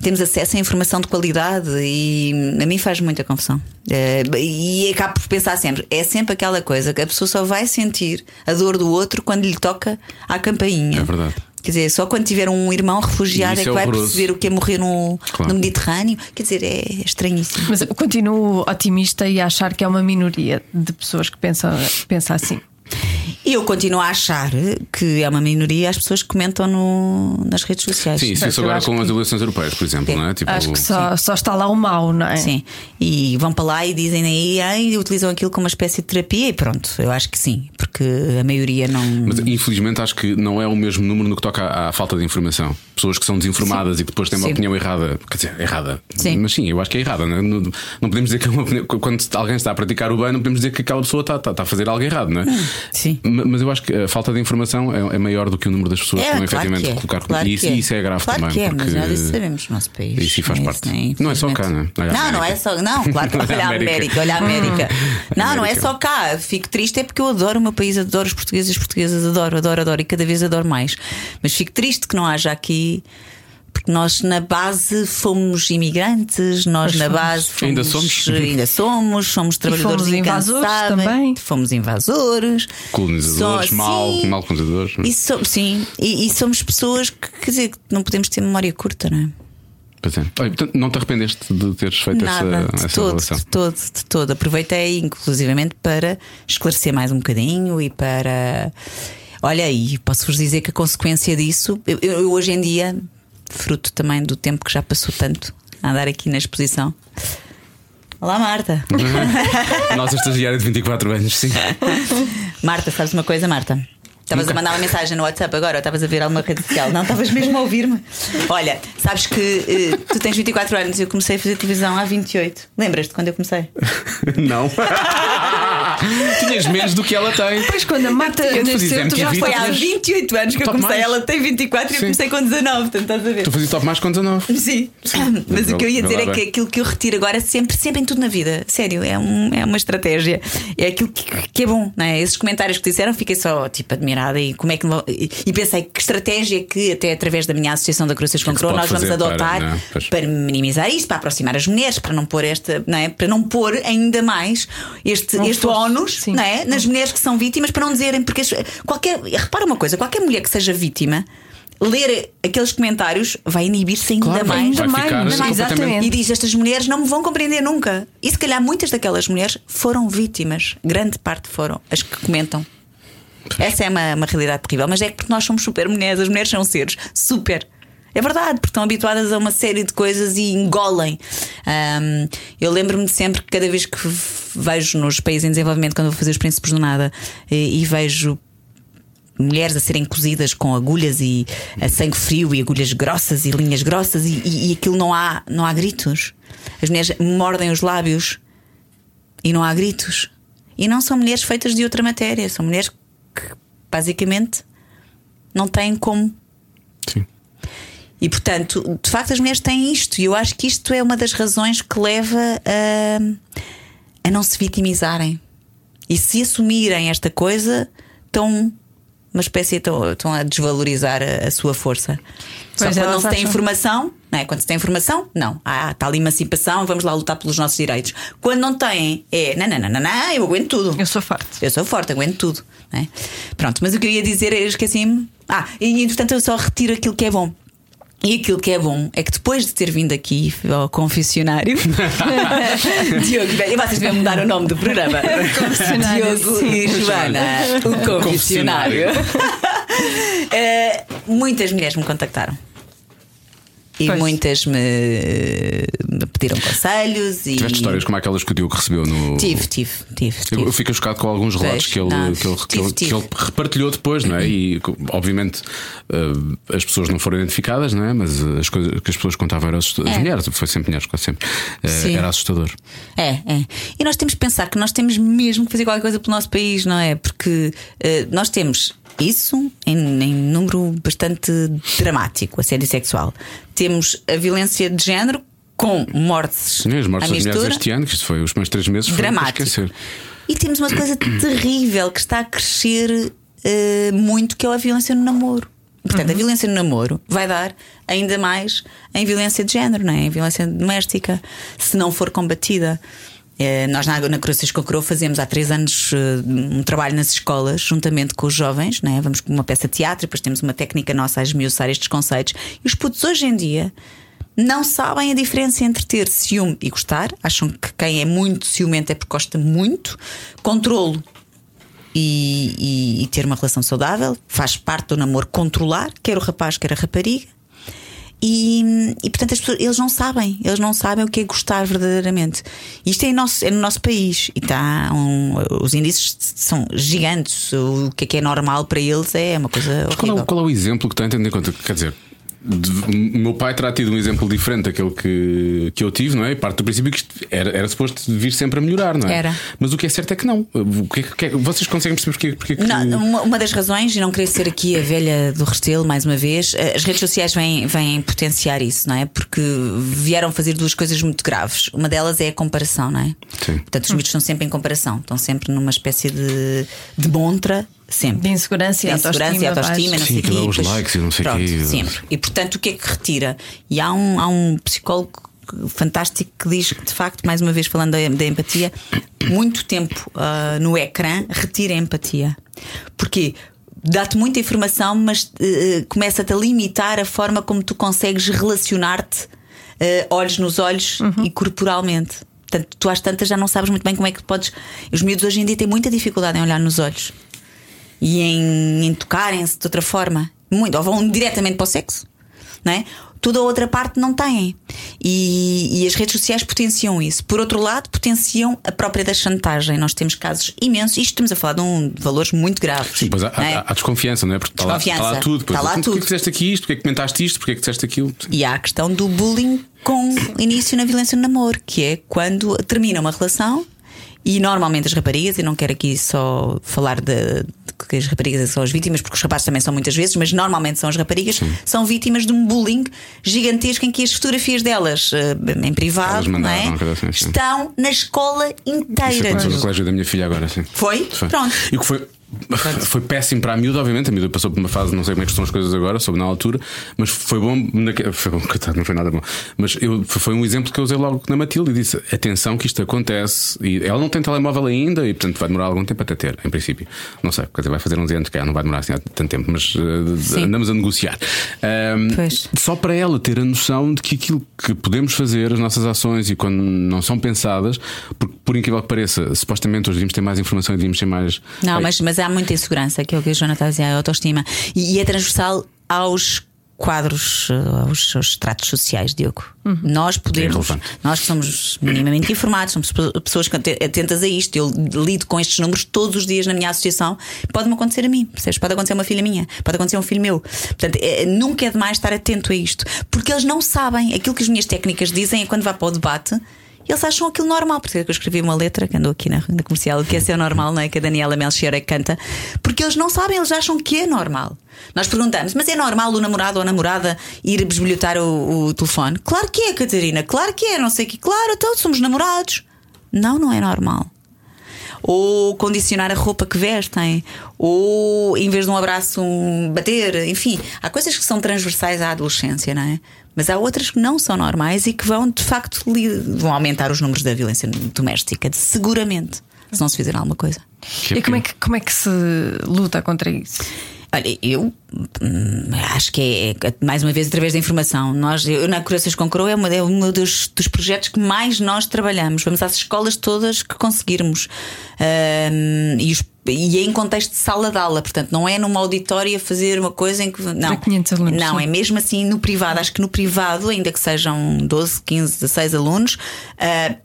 Temos acesso a informação de qualidade e a mim faz muita confusão. Eh, E acabo por pensar sempre: é sempre aquela coisa que a pessoa só vai sentir a dor do outro quando lhe toca à campainha. É verdade. Quer dizer, só quando tiver um irmão refugiado Isso é que é vai horroroso. perceber o que é morrer no, Claro. no Mediterrâneo. Quer dizer, é estranhíssimo. Mas eu continuo otimista e a achar que é uma minoria de pessoas que pensam pensa assim. Tipo, E eu continuo a achar que é uma minoria as pessoas que comentam no- nas redes sociais. Sim, isso, Pois, isso eu agora acho com que- as eleições europeias, por exemplo, Sim. não é? Tipo, Acho que só, só está lá o mal, não é? Sim. E vão para lá e dizem aí, ai, e utilizam aquilo como uma espécie de terapia e pronto. Eu acho que sim, porque a maioria não. Mas infelizmente acho que não é o mesmo número no que toca à, à falta de informação. Pessoas que são desinformadas e que depois têm uma Sim. opinião errada. Quer dizer, errada. Sim. Mas sim, eu acho que é errada. Não, é? Não- não podemos dizer que é uma opinião- quando alguém está a praticar o bem, não podemos dizer que aquela pessoa está, está- está a fazer algo errado, não é? Hum, sim. Ma- Mas eu acho que a falta de informação é, é maior do que o número das pessoas É, que vão claro efetivamente que é, colocar claro e isso, que é. isso é grave Claro também. que é, mas porque... nós isso sabemos no nosso país. Isso faz Não é parte. isso, nem- não é só cá, não é? Olha a Não, não é América. só. Não, claro que olha a América, olha a América. Não, não é América. só cá. Fico triste é porque eu adoro o meu país, adoro os portugueses, as portuguesas, adoro, adoro, adoro e cada vez adoro mais. Mas fico triste que não haja aqui. Porque nós na base fomos imigrantes, nós Pois na fomos. base fomos, Ainda somos. ainda somos, somos trabalhadores fomos invasores incansáveis, também. fomos invasores, Colonizadores, Só mal, assim- mal colonizadores. é? e so- sim, e, e somos pessoas que quer dizer, que não podemos ter memória curta, não é? Pois é. Olha, portanto, não te arrependeste de teres feito Nada, Então, essa, de essa todo, relação? de todo, de todo. Aproveitei, inclusivamente, para esclarecer mais um bocadinho e para. Olha, e posso-vos dizer que a consequência disso, eu, eu- eu hoje em dia, fruto também do tempo que já passou tanto a andar aqui na exposição. Olá, Marta. Nossa estagiária de 24 anos, sim. Marta, sabes uma coisa, Marta? Estavas a mandar uma mensagem no WhatsApp agora ou estavas a ver alguma rede social? Não, estavas mesmo a ouvir-me. Olha, sabes que eh, tu tens 24 anos e eu comecei a fazer televisão há 28. Lembras-te quando eu comecei? Não. Tinhas menos do que ela tem. Pois quando a Marta Eu te fiz nasceu, tu já MTV, Foi foi há Mas- 28 anos que eu Top comecei, mais. ela tem 24 e eu Sim. comecei com 19, portanto estás a ver. Tu fazias top mais com 19. Sim, mas o que eu ia Vê dizer lá é que bem. aquilo que eu retiro agora sempre, sempre em tudo na vida, sério, é, um- é uma estratégia, é aquilo que, que é bom, não é? Esses comentários que disseram, fiquei só tipo admirada e como é que não- e, e pensei que estratégia que até através da minha associação da Cruzes que se Control pode nós vamos fazer para, adotar não é? para, Pois. minimizar isto, para aproximar as mulheres, para não pôr esta, não é? Para não pôr ainda mais este, Um este foco, ónus, sim. não é? nas mulheres que são vítimas para não dizerem, porque as- qualquer, repara uma coisa, qualquer mulher que seja vítima, ler aqueles comentários vai assim inibir-se ainda Claro, mais. vai mais, ficar ainda mais, completamente- exatamente. E diz: estas mulheres não me vão compreender nunca. E se calhar muitas daquelas mulheres foram vítimas, grande parte foram, as que comentam. Essa é uma, uma realidade terrível, mas é que porque nós somos super mulheres, as mulheres são seres super. É verdade, porque estão habituadas a uma série de coisas e engolem. Ahm, eu lembro-me de sempre que cada vez que v- vejo nos países em desenvolvimento, quando vou fazer os príncipes do nada, e- e vejo mulheres a serem cozidas com agulhas e a sangue frio e agulhas grossas e linhas grossas e, e- e aquilo não há, não há gritos. As mulheres mordem os lábios e não há gritos. E não são mulheres feitas de outra matéria, são mulheres que basicamente não têm como. Sim. E portanto, de facto, as mulheres têm isto, e eu acho que isto é uma das razões que leva a, a não se vitimizarem e se assumirem esta coisa, estão uma espécie, estão, estão a desvalorizar a, a sua força. Pois Só quando elas não se tem acham- informação, não é? Quando se tem informação, não. Ah, está ali emancipação, vamos lá lutar pelos nossos direitos. Quando não têm, é não, não, não, não, não eu aguento tudo. Eu sou forte. Eu sou forte, aguento tudo. né? Pronto, mas o que eu ia dizer é esqueci-me. Ah, e entretanto eu só retiro aquilo que é bom. E aquilo que é bom é que depois de ter vindo aqui ao confessionário, Diogo, e vocês devem mudar o nome do programa. Confessionário, Diogo e Joana, o confessionário. Eh, muitas mulheres me contactaram. E Pois. muitas me, me pediram conselhos e. Tiveste histórias como aquelas que o Diogo recebeu no. Tive, tive, tive. Eu, eu tive. fico chocado com alguns relatos Pois, que ele, não, que, ele, que, ele, tive, que tive. ele repartilhou depois, não é? E co- obviamente eh, as pessoas não foram identificadas, não é? Mas eh, as coisas que as pessoas contavam eram assustadoras. As É. mulheres, foi sempre mulheres, quase sempre. Eh, Sim. era assustador. É, é. E nós temos que pensar que nós temos mesmo que fazer qualquer coisa pelo nosso país, não é? Porque eh, nós temos isso em, em número bastante dramático, assédio sexual. Temos a violência de género com mortes. Sim, as mortes à das mulheres mistura. este ano, que isto foi os meus três meses, foi para Dramático. esquecer. E temos uma coisa terrível que está a crescer eh, muito, que é a violência no namoro. Portanto, a Uhum. violência no namoro vai dar ainda mais em violência de género, não é? em violência doméstica, se não for combatida. Eh, Nós na, na Coroças com a Coroa fazemos há três anos eh, um trabalho nas escolas, juntamente com os jovens, né? vamos com uma peça de teatro, depois temos uma técnica nossa a esmiuçar estes conceitos. E os putos hoje em dia não sabem a diferença entre ter ciúme e gostar, acham que quem é muito ciumento é porque gosta muito, controlo e, e- e ter uma relação saudável, faz parte do namoro controlar, quer o rapaz, quer a rapariga. E, e, portanto as pessoas, eles não sabem, eles não sabem o que é gostar verdadeiramente. Isto é, em nosso, é no nosso país e está um- os índices são gigantes. O que é que é normal para eles é uma coisa Mas qual é, horrível. o- qual é o exemplo que está a entender em conta? Quer dizer, de- o meu pai terá tido um exemplo diferente daquele que, que eu tive, não é? E parte do princípio que isto era, era suposto vir sempre a melhorar, não é? Era. Mas o que é certo é que não. O que é que- que é- vocês conseguem perceber porque, porque é que- Não, uma, uma das razões, e não queria ser aqui a velha do Restelo mais uma vez, eh, as redes sociais vêm, vêm potenciar isso, não é? Porque vieram fazer duas coisas muito graves. Uma delas é a comparação, não é? Sim. Portanto, os miúdos estão sempre em comparação, estão sempre numa espécie de, de montra, sempre. De insegurança e De insegurança e autoestima, autoestima, né? baixo. não Sim, sei que dá quê, os pois- likes e não sei pronto, quê. Sempre. E portanto, o que é que retira? E há um, há um psicólogo fantástico que diz que, de facto, mais uma vez falando da, da empatia, muito tempo ah, no ecrã retira a empatia. Porquê? Dá-te muita informação, mas eh, eh, começa-te a limitar a forma como tu consegues relacionar-te eh, olhos nos olhos e corporalmente. Portanto, tu às tantas já não sabes muito bem como é que podes. Os miúdos hoje em dia têm muita dificuldade em olhar nos olhos e em, em tocarem-se de outra forma. Muito. Ou vão diretamente para o sexo, não é? Toda a outra parte não têm. E, e as redes sociais potenciam isso. Por outro lado, potenciam a própria da chantagem. Nós temos casos imensos, isto estamos a falar de, um, de valores muito graves. Sim, pois há, não é? há- há desconfiança, não é? Porque está lá, está lá Desconfiança. tudo. pois. Está lá Então, Porquê tudo. que fizeste aqui isto? Porquê que comentaste isto? Porquê é que disseste aquilo? Sim. E há a questão do bullying com início na violência no namoro, que é quando termina uma relação e normalmente as raparigas, e não quero aqui só falar de, de que as raparigas são as vítimas, porque os rapazes também são muitas vezes, mas normalmente são as raparigas, são vítimas de um bullying gigantesco em que as fotografias delas eh, em Elas privado não mandaram, é? uma coisa assim, sim. estão na escola Isso é inteira. aconteceu no colégio da minha filha agora, sim. Foi? Pronto. E o que foi. Foi péssimo para a miúda, obviamente. A miúda passou por uma fase, não sei como é que estão as coisas agora, soube na altura, mas foi bom. naque- Foi bom, coitado, não foi nada bom. Mas eu, foi um exemplo que eu usei logo na Matilde e disse: atenção, que isto acontece. E ela não tem telemóvel ainda e, portanto, vai demorar algum tempo até ter, em princípio. Não sei, quer dizer, vai fazer uns anos, que não vai demorar assim há tanto tempo, mas eh, andamos a negociar. Ahm, Pois. só para ela ter a noção de que aquilo que podemos fazer, as nossas ações e quando não são pensadas, porque por incrível que pareça, supostamente hoje devíamos ter mais informação e devíamos ter mais. Não, Ei, mas, mas há muita insegurança, que é o que a Joana está a dizer, a autoestima. E, e é transversal aos quadros, eh, aos, aos tratos sociais, Diogo. Nós podemos, relevante. nós que somos minimamente informados, somos pe- pessoas que ate- atentas a isto. Eu lido com estes números todos os dias na minha associação. Pode-me acontecer a mim, percebes? Pode acontecer a uma filha minha, pode acontecer a um filho meu. Portanto, eh, nunca é demais estar atento a isto, porque eles não sabem. Aquilo que as minhas técnicas dizem é quando vai para o debate. Eles acham aquilo normal, porque é que eu escrevi uma letra que andou aqui na, na comercial, que esse é o normal, não é? Que a Daniela Melchior é que canta, porque eles não sabem, eles acham que é normal. Nós perguntamos, mas é normal o namorado ou a namorada ir bisbilhotar o, o telefone? Claro que é, Catarina, claro que é, não sei o que, claro, então somos namorados. Não, não é normal ou condicionar a roupa que vestem, ou em vez de um abraço, um bater, enfim, há coisas que são transversais à adolescência, não é? Mas há outras que não são normais e que vão, de facto, li- vão aumentar os números da violência doméstica, seguramente, se não se fizer alguma coisa. é E como é, que, como é que se luta contra isso? Olha, eu hum, acho que é, é, mais uma vez através da informação. Nós, eu na Curações com Coroa é uma- é um dos, dos projetos que mais nós trabalhamos. Vamos às escolas todas que conseguirmos. Hum, e, os- e é em contexto de sala de aula, portanto, não é numa auditória fazer uma coisa em que. Não, 500 alunos, não sim. é mesmo assim no privado. Acho que no privado, ainda que sejam 12, 15, 16 alunos, ah,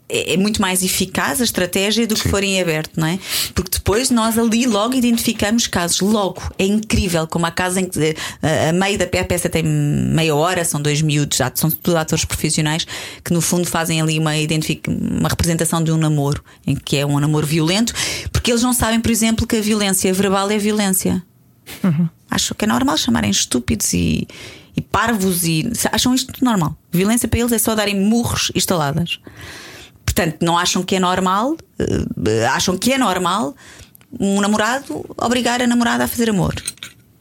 é é muito mais eficaz a estratégia do que for em aberto, não é? Porque depois nós ali logo identificamos casos, logo. É incrível como há casos em que ah, a meio da pe- a peça tem meia hora, são dois miúdos, já são tudo atores profissionais que no fundo fazem ali uma, identific- uma representação de um namoro, em que é um namoro violento, porque eles não sabem, por exemplo, que a violência verbal é violência. Acham que é normal chamarem estúpidos e, e parvos e acham isto normal. Violência para eles é só darem murros e estaladas. Portanto, não acham que é normal, eh, acham que é normal um namorado obrigar a namorada a fazer amor.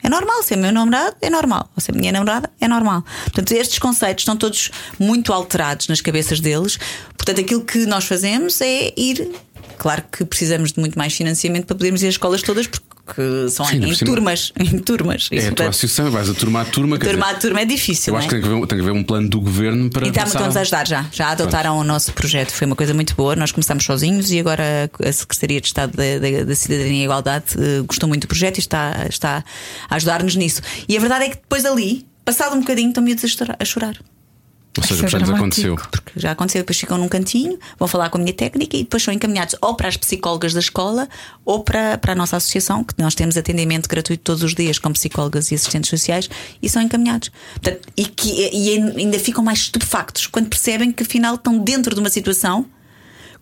É normal, ser meu namorado é normal, ou ser minha namorada é normal. Portanto, estes conceitos estão todos muito alterados nas cabeças deles. Portanto, aquilo que nós fazemos é ir. Claro que precisamos de muito mais financiamento para podermos ir às escolas todas, porque são Sim, ainda em, por cima- turmas. Em turmas. É a tua associação, vais a turma a turma. quer turma dizer, a turma é difícil. Eu não acho é? que tem que, haver, tem que haver um plano do governo para. E passar- estamos a ajudar já. Já adotaram o nosso projeto, foi uma coisa muito boa. Nós começámos sozinhos e agora a Secretaria de Estado da, da- da Cidadania e Igualdade eh, gostou muito do projeto e está, está a ajudar-nos nisso. E a verdade é que depois ali, passado um bocadinho, estão miúdos a chorar. A chorar. Ou Isso seja, é já nos aconteceu. dramático. Porque já aconteceu, depois ficam num cantinho, vão falar com a minha técnica e depois são encaminhados ou para as psicólogas da escola ou para, para a nossa associação, que nós temos atendimento gratuito todos os dias com psicólogas e assistentes sociais e são encaminhados. Portanto, e, que, e ainda ficam mais estupefactos quando percebem que afinal estão dentro de uma situação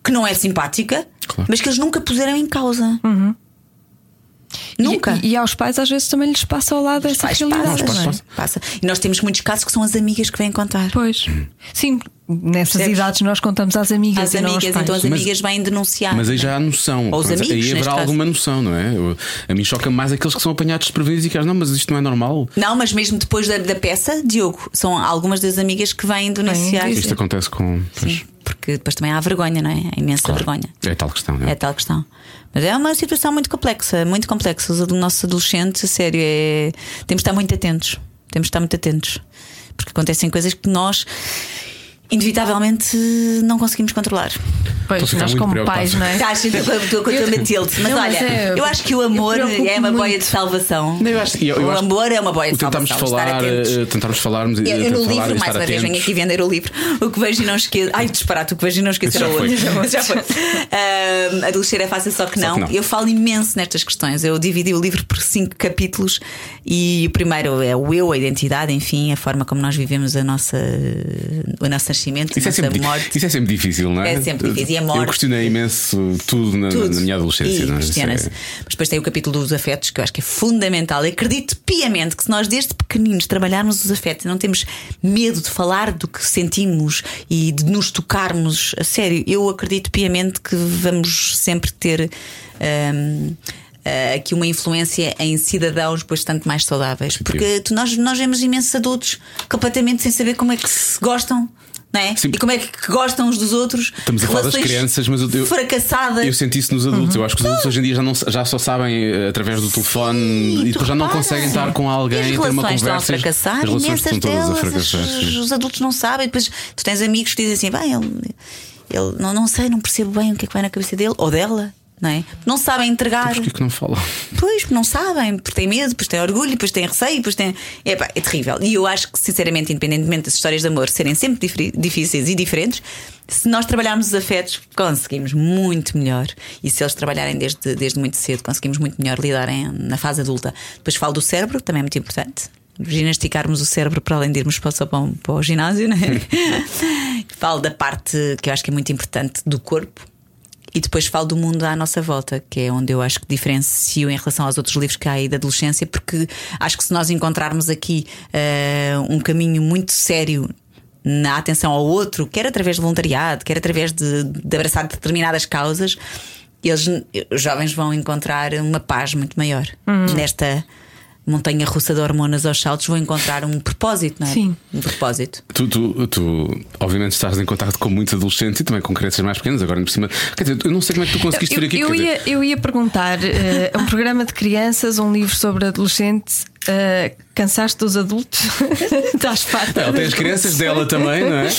que não é simpática, Claro. mas que eles nunca puseram em causa. Hum, E- Nunca. E, e aos pais às vezes também lhes passa ao lado essa Faz- realidade. passa, não é? passa. E nós temos muitos casos que são as amigas que vêm contar. Pois. Sim, nessas Percebes? idades nós contamos às amigas. As e não aos amigas, pais. então as Mas- amigas vêm denunciar. Mas aí já há noção. Ou os Pronto, amigos, aí neste haverá caso. alguma noção, não é? Eu- a mim choca mais aqueles que são apanhados desprevenidos e que acham, não, mas isto não é normal. Não, mas mesmo depois da, da peça, Diogo, são algumas das amigas que vêm denunciar. Sim, Isto acontece com. pois, Sim, Porque depois também há vergonha, não é? Há imensa claro. vergonha. É tal questão, não É é? tal questão. Mas é uma situação muito complexa, muito complexa. Os ado- nossos adolescentes, a sério, é... temos de estar muito atentos. Temos de estar muito atentos. Porque acontecem coisas que nós, inevitavelmente, não conseguimos controlar. Estou Tá, a Pois, ficar nós então muito como preocupado. pais, não é? Estás sempre com a tua com a tua Matilde. Mas Não, mas olha, é- eu acho que o amor eu preocupo é uma boia muito. de salvação. Não, eu acho- eu- eu o acho- amor é uma boia O de salvação. tentarmos falar, estar atentos. eh, tentarmos falarmos e Eu, eh, eu no falar livro, e mais estar uma vez, venho atentos. aqui vender o livro. O que vejo e não esqueço. Ai, disparate, o que vejo e não esqueço Isso era já outro. foi. Já foi. Ahm, Adolescer é fácil, só que, não. não. Eu falo imenso nestas questões. Eu dividi o livro por cinco capítulos e o primeiro é o eu, a identidade, enfim, a forma como nós vivemos a nossa, o nosso nascimento, Isso a é, nossa sempre, di- morte. isso é sempre difícil, não é? É sempre difícil. E a morte. Eu questionei imenso tudo na, Tudo. na minha adolescência. E não é? Isso é- questiona-se. Mas depois tem o capítulo dos afetos, que eu acho que é fundamental. Eu acredito piamente que se nós desde pequeninos trabalharmos os afetos e não temos medo de falar do que sentimos e de nos tocarmos a sério, eu acredito piamente que vamos sempre ter. hum, ah, aqui uma influência em cidadãos bastante mais saudáveis. Porque tu- nós, nós vemos imensos adultos completamente sem saber como é que se gostam, não é? Sim. E como é que gostam uns dos outros. Estamos a falar das Relações crianças, mas eu- eu- fracassadas. Eu senti isso nos adultos. Uhum. Eu acho que os adultos hoje em dia já, não, já só sabem eh, através do telefone Sim, e tu depois já não repara. conseguem estar com alguém E as e ter uma relações conversa. estão a fracassar, as relações imensas estão todas a delas. fracassar. os, os adultos não sabem. Depois tu tens amigos que dizem assim: bem, ele, ele não, não sei, não percebo bem o que é que vai na cabeça dele ou dela, não é? Não sabem entregar. Então, Porquê é que não falam? Pois, não sabem, porque têm medo, depois têm orgulho, depois têm receio, depois têm. Epá, é terrível. E eu acho que, sinceramente, independentemente das histórias de amor serem sempre difri- difíceis e diferentes, se nós trabalharmos os afetos, conseguimos muito melhor. E se eles trabalharem desde, desde muito cedo, conseguimos muito melhor lidarem na fase adulta. Depois falo do cérebro, que também é muito importante. Ginasticarmos o cérebro para além de irmos para, só para, um- para o ginásio, né? falo da parte que eu acho que é muito importante do corpo. E depois falo do mundo à nossa volta, que é onde eu acho que diferencio em relação aos outros livros que há aí da adolescência, porque acho que se nós encontrarmos aqui eh, um caminho muito sério na atenção ao outro, quer através de voluntariado, quer através de, de abraçar determinadas causas, eles, os jovens vão encontrar uma paz muito maior nesta. Montanha russa de hormonas aos saltos, vão encontrar um propósito, não é? Sim. Um propósito. Tu, tu, tu, obviamente, estás em contato com muitos adolescentes e também com crianças mais pequenas, agora ainda por cima. Quer dizer, eu não sei como é que tu conseguiste vir Eu, aqui. eu quer dizer, ia, eu ia perguntar: eh, um programa de crianças, um livro sobre adolescentes, eh, cansaste dos adultos? Estás farta? Ela tem as crianças dela também, não é?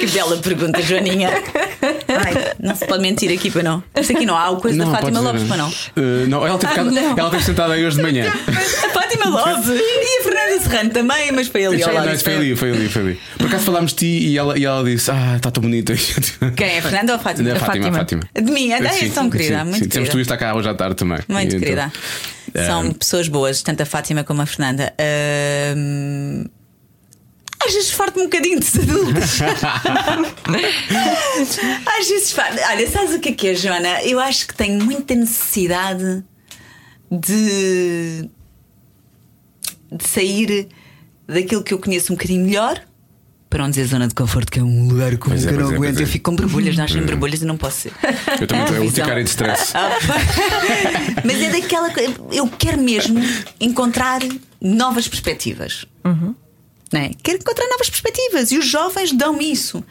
Que bela pergunta, Joaninha. Ai, não se pode mentir aqui para não. Isto aqui não há o coisa da Fátima pode Lopes dizer. para não. Eh, não, ela teve, Ah, ficado- não. Ela teve sentada aí hoje de manhã. A Fátima Lopes e a Fernanda Serrano também, mas foi ali ao Não, lado. isso é foi ali, foi ali, foi ali. Por acaso falámos de ti e ela, e ela disse: Ah, está tão bonita. Quem é, a Fernanda ou a Fátima? Da Fátima, a Fátima. Fátima. De mim, anda, Sim, és tão querida, sim, muito sim. Temos tu querida. isto cá hoje à tarde também. Muito E então- querida. São eh, pessoas boas, tanto a Fátima como a Fernanda. Ahm, Às vezes farto um bocadinho de adultos. Às vezes farto. Olha, sabes o que é que é, Joana? Eu acho que tenho muita necessidade de, de sair daquilo que eu conheço um bocadinho melhor Para não dizer zona de conforto, que é um lugar comum Pois é, que eu não pois é, pois aguento. é. Eu fico com borbulhas, nascem borbulhas e não posso ser. Eu também tenho a Visão. urticária de stress. Mas é daquela coisa. Eu quero mesmo encontrar novas perspectivas. Não é? Quero encontrar novas perspectivas e os jovens dão-me isso.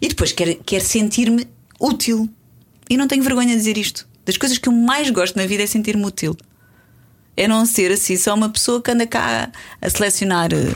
E depois quero, quero sentir-me útil. E não tenho vergonha de dizer isto. Das coisas que eu mais gosto na vida é sentir-me útil. É não ser assim, só uma pessoa que anda cá a selecionar eh,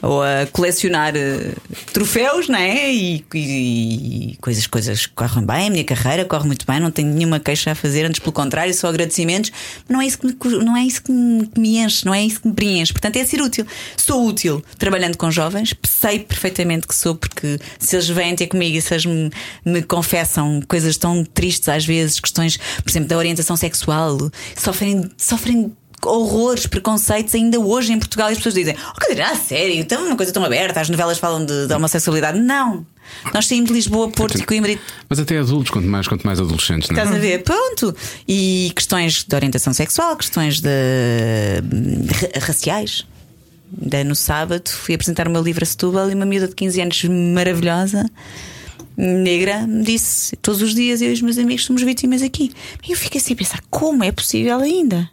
ou a colecionar eh, troféus, não é? E, e- e coisas, coisas que correm bem, a minha carreira corre muito bem, não tenho nenhuma queixa a fazer, antes pelo contrário, só agradecimentos. Mas não é isso que me, cu- não é isso que me, que me enche, não é isso que me preenche. Portanto, é ser útil. Sou útil trabalhando com jovens, sei perfeitamente que sou, porque se eles vêm ter comigo e se eles me, me confessam coisas tão tristes às vezes, questões, por exemplo, da orientação sexual, sofrem. sofrem horrores, preconceitos ainda hoje em Portugal. E as pessoas dizem: Oh, Catarina, a sério, então é uma coisa tão aberta, as novelas falam de, de homossexualidade. Não. Nós saímos de Lisboa, Porto e Coimbra e Mas até adultos, quanto mais, quanto mais adolescentes, não é? Estás a ver? Pronto. E questões de orientação sexual, questões de, hum, ra- raciais. Ainda no sábado fui apresentar o meu livro a Setúbal e uma miúda de 15 anos maravilhosa, negra, me disse: Todos os dias eu e os meus amigos somos vítimas aqui. E eu fiquei assim a pensar: como é possível ainda?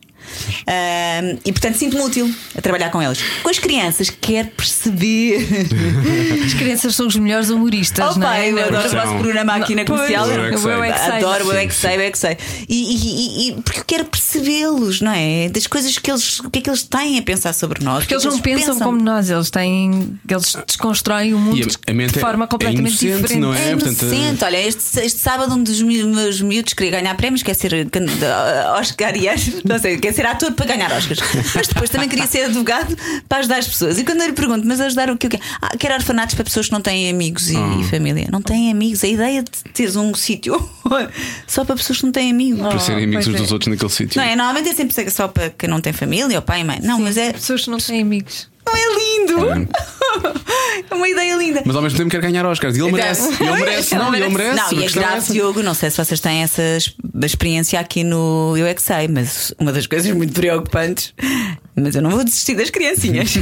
Ahm, e portanto sinto-me útil a trabalhar com elas. Com as crianças, quero perceber. As crianças são os melhores humoristas, Oh, não pai, é? eu adoro o São. vosso programa aqui na Pois, comercial. Eu é que sei. eu é que sei. Adoro, eu é que sei, eu é que sei. E, e- e- e- porque eu quero percebê-los, não é? Das coisas que eles, o que é que eles têm a pensar sobre nós. é Porque eles não pensam, como nós, eles têm. Eles desconstroem o mundo E a- a mente de é- forma é completamente inocente, diferente. não é? É portanto, inocente, olha, este, este sábado um dos mi- meus miúdos queria ganhar prémios, quer ser can- ah, oscariano, não sei, quer ser ator para ganhar Oscars, mas depois também queria ser advogado para ajudar as pessoas. E quando eu lhe pergunto, mas ajudar o que eu quero? Ah, quero orfanatos para pessoas que não têm amigos e, Ah. e família. Não têm amigos, a ideia de teres um sítio só para pessoas que não têm amigos. Para serem amigos uns dos outros naquele sítio. Não oh, é? Normalmente é sempre só para quem não tem família ou pai e mãe. Não, mas é. Pessoas que não têm amigos. Não é lindo! É uma ideia linda. Mas ao mesmo tempo quer ganhar Oscars. E ele merece. Ele merece. Não, ele merece. Então, Não, A e é questão é grave, essa. Diogo. Não sei se vocês têm essa es- experiência aqui no Eu É Que Sei, mas uma das coisas muito preocupantes. Mas eu não vou desistir das criancinhas.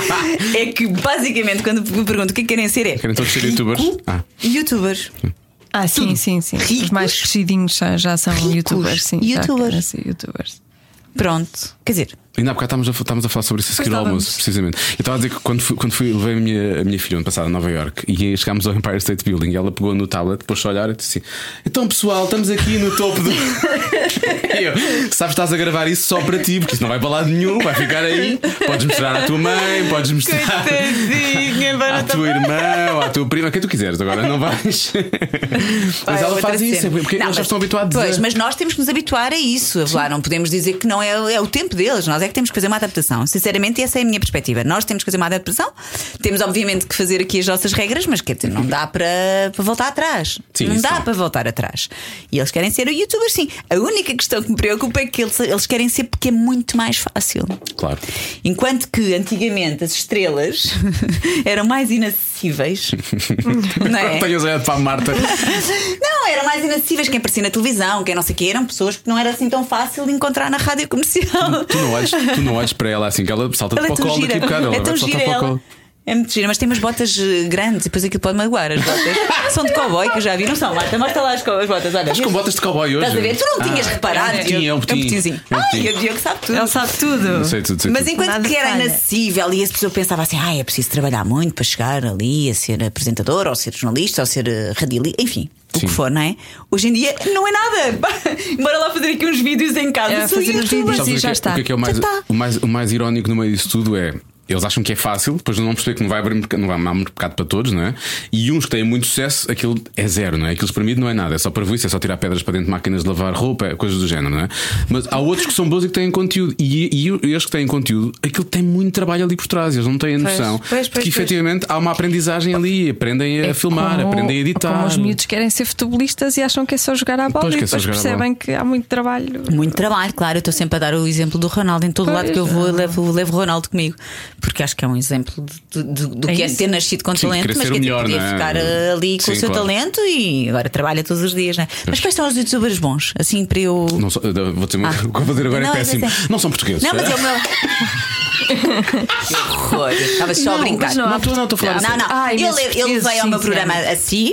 é que basicamente, quando me pergunto o que é que querem ser, é. Querem todos ser youtubers? rico Ah. e Youtubers. Ah, sim, sim, sim. Ricos. Os mais crescidinhos já, já são Ricos. youtubers, sim. já Youtubers. querem ser youtubers. Pronto. Quer dizer, Ainda há bocado estávamos a, estávamos a falar sobre isso a seguir ao estávamos. almoço, precisamente. Eu estava a dizer que quando fui, quando fui levei a minha, a minha filha ano passado a Nova York e chegámos ao Empire State Building e ela pegou no tablet, pôs-se a olhar e disse assim: Então pessoal, estamos aqui no topo do. E eu, sabes, estás a gravar isso só para ti, porque isso não vai para lado nenhum, vai ficar aí. Podes mostrar à tua mãe, podes mostrar. Coitadinha, vai À não tá- tua irmã, ou à tua prima, quem tu quiseres, agora não vais. Vai, mas ela outra faz isso, é cena. porque Não, eles já mas- estão habituados Pois, a. mas nós temos que nos habituar a isso. Lá, não podemos dizer que não é, é o tempo deles, nós é que temos que fazer uma adaptação. Sinceramente, essa é a minha perspectiva. Nós temos que fazer uma adaptação, temos obviamente que fazer aqui as nossas regras, mas quer dizer, não dá para, para voltar atrás. Sim, não isso dá não. para voltar atrás. E eles querem ser youtubers, sim. A única questão que me preocupa é que eles, eles querem ser porque é muito mais fácil. Claro. Enquanto que antigamente as estrelas eram mais inacessíveis, não é? Tenhas olhado para a Marta. Não, eram mais inacessíveis. Quem aparecia na televisão, quem não sei o quê, eram pessoas que não era assim tão fácil de encontrar na rádio comercial. Tu não olhes, tu não olhes para ela assim, que ela salta Ela para é o tão colo daqui gira. a bocado. Ela é vai tão saltar gira para o ela. colo. É muito gira, mas tem umas botas eh, grandes e depois aquilo pode magoar as botas. são de cowboy que eu já vi, não são, Marta? Mostra lá as, co- as botas, olha. Estás com botas de cowboy hoje. Estás a ver? Tu não tinhas Ah, reparado. é um botinho, é um Diogo. botinho. botinhozinho. É um Ai, botinho. o Diogo sabe tudo. Ele sabe tudo. Não sei tudo, sei Mas tudo. enquanto Nada que era falha. inacessível e as pessoas pensavam assim, ah, é preciso trabalhar muito para chegar ali a ser apresentador, ou ser jornalista, ou ser radialista, enfim, o Sim. que for, não é? Hoje em dia não é nada. Bora lá fazer aqui uns vídeos em casa. É, Sou fazer uns youtuber. Sabes o que vídeos. Sim, já é- está. O que é, que é o, mais, Já está. o, mais, o mais irónico no meio disso tudo é. Eles acham que é fácil, depois não vão perceber que não vai abrir merc- não vai abrir mercado para todos, não é? E uns que têm muito sucesso, aquilo é zero, não é? Aquilo espremido não é nada, é só para isso, é só tirar pedras para dentro de máquinas de lavar roupa, é coisas do género, não é? Mas há outros que são bons e que têm conteúdo, e, e eles que têm conteúdo, aquilo tem muito trabalho ali por trás, eles não têm a noção pois, de que pois, pois. efetivamente há uma aprendizagem ali, aprendem a É filmar, como- aprendem a editar. Como os miúdos querem ser futebolistas e acham que é só jogar à bola Pois, e que é só depois jogar à percebem que há muito trabalho. Muito trabalho, claro. Eu estou sempre a dar o exemplo do Ronaldo em todo Pois, lado que eu vou, eu levo, eu levo o Ronaldo comigo, porque acho que é um exemplo de- de- de- do É que é isso. ser nascido com Sim, talento, querer mas ser que o melhor, podia não é? ficar eh, ali com Sim, o seu claro. talento e agora trabalha todos os dias, não é? Mas quais são os youtubers bons? Assim, para eu. Ah. Não sou- vou dizer, o que eu vou dizer agora Não, é mas assim. péssimo. é sério. Não são portugueses. Não, mas é o meu. Que horror. Estava só a brincar. mas não há- Não, estou- não, estou a falar Não, não. Ai, mas ele ele preciso, veio ao meu sim, programa senhora. assim,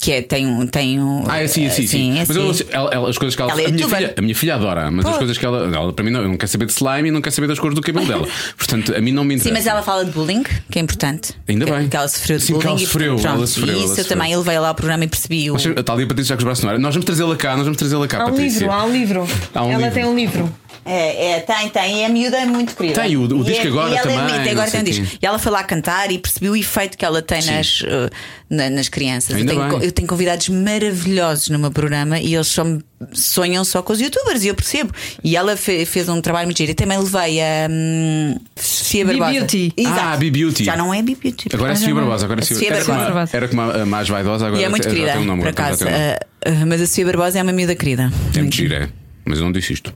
que é, tem um. Tem um Ah, é sim, é sim, sim. Sim, é Mas eu- assim. ela- ela- as coisas que ela, Ela é a, minha youtuber. filha, a minha filha adora, mas as Pois. coisas que ela, ela para mim não, eu não quer saber de slime e não quer saber das cores do cabelo dela. Portanto, a mim não me Sim, interessa. mas ela fala de bullying, que é importante. Ainda que, bem. Que ela sofreu de Sim, porque bullying. ela e, sofreu, pronto, ela sofreu, e ela isso eu sofreu. também. Ele veio lá ao programa e percebi um o. Mas A Thalia Patrícia já com os braços no ar. Nós vamos trazê-la cá, nós vamos trazê-la cá, Há um Patrícia. livro, há um livro. Há um Ela livro. tem um livro. É, é, tem, tem. E a miúda é muito querida. Tem, Tá, o- o E disco é- agora e ela também, É muito, agora não sei tem um quê. disco. E ela foi lá cantar e percebeu o efeito que ela tem nas, eh, na- nas crianças. Ainda eu, tenho, bem. co- eu tenho convidados maravilhosos no meu programa e eles só me- sonham só com os youtubers e eu percebo. E ela fe- fez um trabalho muito giro. E também levei a hum, Sofia Barbosa. Beauty. Exato. Ah, a Be Beauty. Já não é Be Beauty. Agora é Sofia Barbosa. Agora é É Sofia Era como a- Barbosa. Era como a, a mais vaidosa, agora E é já muito tem- já querida, tem um nome, por agora acaso. tem um nome. Eh, eh, mas a Sofia Barbosa é uma miúda querida. É muito gira, é. Mas eu não disse isto.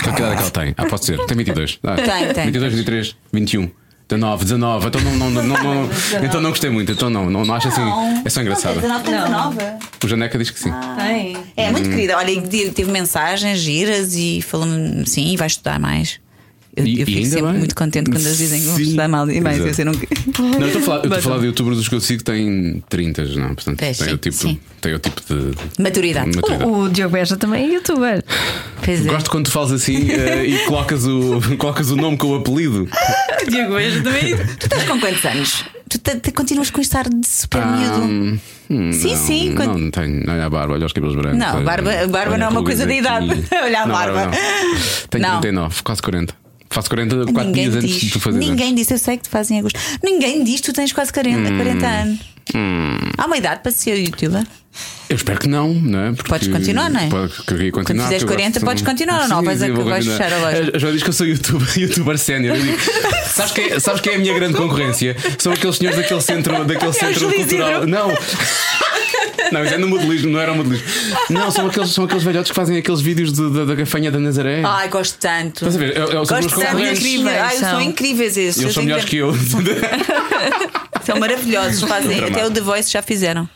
Que idade é que ela tem? Ah, pode ser. Tem 22. Ah, Tem, tem. 22, 23, 21. 19, 19, então não, não, não, não- não- então não gostei muito, então não, não, não acho assim. É só engraçado. nova. O Janeca diz que sim. Tem. É, muito Uhum. querida. Olha, e tive tive mensagens giras e falou-me sim, e vai estudar mais. Eu, E- eu e fico ainda sempre bem. muito contente quando eles dizem que vão Sim. é. estudar mal e mais. Exato. assim, Eu não... Não, eu estou a falar, eu estou a falar de youtubers dos que eu sigo que têm 30, não? Portanto, É, tem, sim, o tipo, sim. tem o tipo de. Maturidade. de maturidade. O Diogo Beja também é youtuber. Pois é. Gosto quando tu falas assim eh, e colocas o, colocas o nome com o apelido. Diogo Beja é também. Tu estás com quantos anos? Tu te- te- continuas com este ar de super miúdo. Hum, hum, Sim, não, sim, Não, quando- tenho. Olha a barba, olha os cabelos brancos. Não, olha- barba- barba olha não é uma rugas coisa da aqui. idade. Olha a Não, barba. não. Tenho Não. 39, quase 40. Faço 40, 4 Ninguém dias antes de diz. tu fazer Ninguém diz. Eu sei que te fazem agosto. Ninguém diz. Tu tens quase 40, Hum. 40 anos. Há uma idade para ser youtuber. Eu espero que não, não é? Porque Podes continuar, não é? Pode- queria continuar, Quando fizeres porque eu gosto 40, de- podes continuar ou não? Sim, Vais sim, a- vou vais continuar. fechar a loja. A- a Joana diz Eh, que eu sou youtuber, youtuber sénior. Eu digo, Sabes quem é- sabes quem é a minha grande concorrência? São aqueles senhores daquele centro, daquele centro Juiz cultural. É Isidro. Não. Não, isso é no modelismo, não era o modelismo. Não, são aqueles, são aqueles velhotes que fazem aqueles vídeos de- da, da gafanha da Nazaré. Ai, gosto tanto. Estás a ver? Eu- eu- são os Ah. gosto meus tanto. concorrentes. Incríveis. Ai, São. são incríveis esses. Eles são Eu tenho melhores que eu. São maravilhosos, fazem. Dramático. Até o The Voice já fizeram.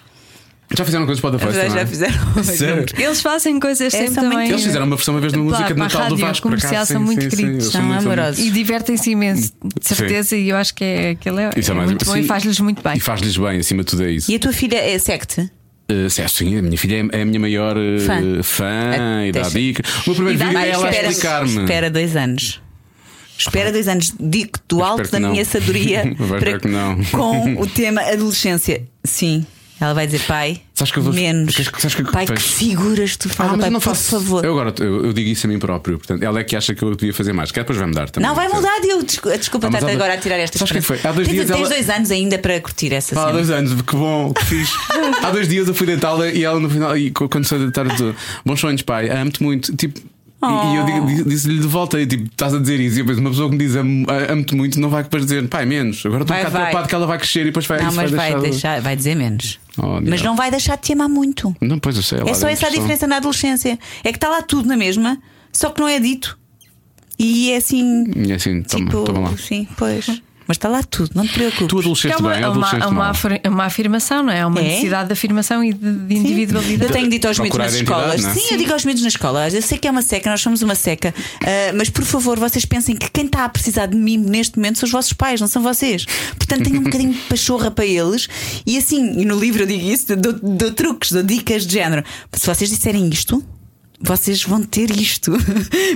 Já fizeram coisas para o The Voice, Já, não é? já fizeram. Sério? Eles fazem coisas É, sempre são muito também. Eles fizeram uma versão uma vez na Pá, música de para a Natal do rádio Vasco. por acaso. comercial são Sim, muito sim, sim, queridos, eles são muito- amorosos. E divertem-se imenso, de certeza, e eu acho que é aquilo é, Isso é mais- um- muito bom sim. e faz-lhes muito bem. E faz-lhes bem, acima de tudo é isso. E a tua filha é secte? Uh, sim, sim, a minha filha é- é a minha maior uh, fã, Fã. e dá Deixa. dicas. O meu primeiro vídeo é ela a Ah, espera, explicar-me. espera dois anos. Espera dois anos, digo do alto que da não. minha sabedoria Vai esperar que não. com o tema adolescência. Sim, ela vai dizer pai, Sabes que eu vou- menos. Sabes que- sabes que- pai, que pois. figuras tu fazes, Ah, mas pai, eu não por faço. favor. Eu agora eu, eu digo isso a mim próprio. Portanto, ela é que acha que eu devia fazer mais. Que é depois vai mudar também. Não, vai portanto. mudar, Diogo. Desculpa, desculpa Ah, mas estar-te há dois- agora a tirar esta Sabes que esperança. foi? Há dois tens, dias tens ela- dois anos ainda para curtir essa Há cena. dois anos, que bom, que fixe. Há dois dias eu fui deitá-la e ela no final, e co- quando saiu deitar, dizia: Bons sonhos, pai, amo-te muito. Tipo. e- E eu digo- Oh. di- disse-lhe de volta, e tipo, estás a dizer isso. E eu penso, uma pessoa que me diz "Amo- a- amo-te muito, não vai depois dizer, pai, menos. Agora estou um Vai, bocado vai. preocupado que ela vai crescer e depois vai, Não, isso mas vai deixar- deixar, vai dizer menos. Oh, mas diabo. não vai deixar de te amar muito. Não, pois eu sei. lá É só dentro essa a só- diferença na adolescência. É que está lá tudo na mesma, só que não é dito. E é assim. É assim, toma, tipo, toma lá. sim, pois. Mas está lá tudo, não te preocupes. Tu adolesceste bem, é eu uma, é adolesceste uma mal. afir- é uma afirmação, não é? É uma É? necessidade de afirmação e de, de Sim. individualidade. Eu tenho dito aos miúdos Procurar nas identidade, escolas. Então, não é? Sim, eu digo aos miúdos nas escolas. Eu sei que é uma seca, nós somos uma seca. ah, mas por favor, vocês pensem que quem está a precisar de mim neste momento são os vossos pais, não são vocês. Portanto, tenham um bocadinho de pachorra para eles. E assim, e no livro eu digo isso, dou, dou truques, dou dicas de género. Se vocês disserem isto. Vocês vão ter isto,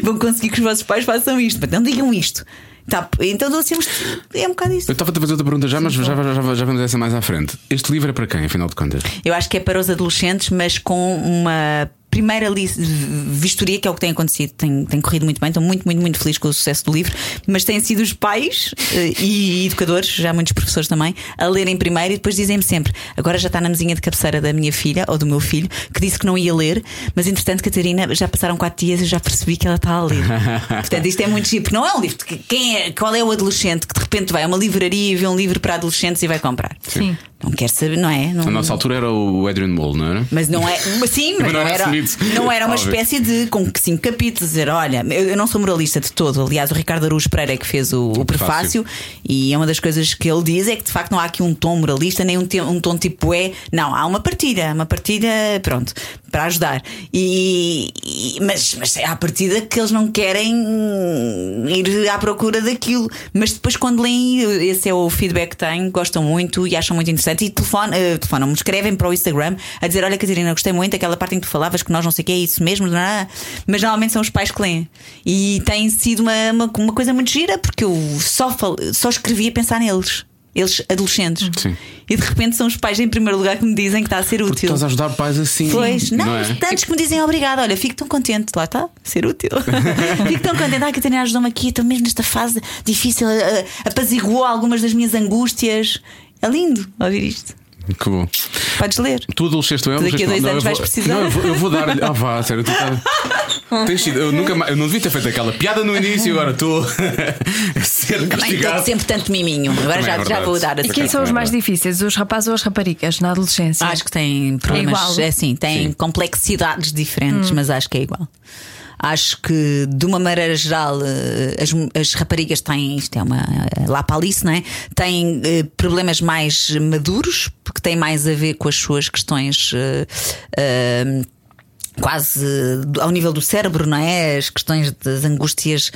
vão conseguir que os vossos pais façam isto, mas não digam isto. Tá, então dou assim, uns- é um bocado isso. Eu estava a fazer outra pergunta já, mas já, já, já, já vamos a essa mais à frente. Este livro é para quem, afinal de contas? Eu acho que é para os adolescentes, mas com uma primeira li- vistoria, que é o que tem acontecido. Tem, tem corrido muito bem, estou muito, muito, muito feliz com o sucesso do livro. Mas têm sido os pais eh, e educadores, já muitos professores também, a lerem primeiro e depois dizem-me sempre: agora já está na mesinha de cabeceira da minha filha ou do meu filho, que disse que não ia ler, mas entretanto, Catarina, já passaram quatro dias e eu já percebi que ela está a ler. Portanto, isto é muito chique, porque não é um livro. de que- Quem é, qual é o adolescente que de repente vai a uma livraria e vê um livro para adolescentes e vai comprar? Sim. Não quer saber, não é? Não, Na nossa altura era o Adrian Mole, não era? mas não é. mas Sim, mas Mas não não era era, assumido. não era uma Óbvio. espécie de. com que cinco capítulos, dizer, olha, eu, eu não sou moralista de todo. Aliás, o Ricardo Araújo Pereira é que fez o, o prefácio. prefácio, e é uma das coisas que ele diz é que de facto não há aqui um tom moralista, nem um, te- um tom tipo é. Não, há uma partilha, uma partilha, pronto, para ajudar. E. e- mas, mas é à partida que eles não querem ir à procura daquilo. Mas depois, quando leem, esse é o feedback que têm, gostam muito e acham muito interessante. E telefone- eh, telefonam-me, escrevem para o Instagram a dizer: Olha, Catarina, gostei muito daquela parte em que tu falavas que nós não sei o que é isso mesmo. não é?" Mas normalmente são os pais que leem. E tem sido uma, uma, uma coisa muito gira, porque eu só, fal- só escrevi a pensar neles. Eles adolescentes. Sim. E de repente são os pais em primeiro lugar que me dizem que está a ser Porque útil. estás a ajudar pais assim. Pois, não, não é? tantos que me dizem obrigado. Olha, fico tão contente, lá está, ser útil. fico tão contente, ah, Catarina ajudou-me aqui, estou mesmo nesta fase difícil, a- a- apaziguou algumas das minhas angústias. É lindo ouvir isto. Que bom. Podes ler. Tu adolesceste ou é? Tu daqui a dois Não, eu anos vais vou- precisar. Não, eu vou, eu vou dar-lhe. Ah, vá, sério, tu tá... Tens sido, eu nunca mais, eu não devia ter feito aquela piada no início, agora estou a ser Também estou castigado. sempre tanto miminho. Também Agora é já, já verdade. vou dar a E quem são os mais difíceis, os rapazes ou as raparigas na adolescência? Acho que têm é? problemas, igual. Hum. é assim, têm complexidades diferentes, mas acho que é igual. Acho que, de uma maneira geral, eh, as, as raparigas têm, isto é uma eh, lá para Alice, não é? Têm eh, problemas mais maduros, porque têm mais a ver com as suas questões. eh, eh, Quase eh, ao nível do cérebro, não é? As questões das angústias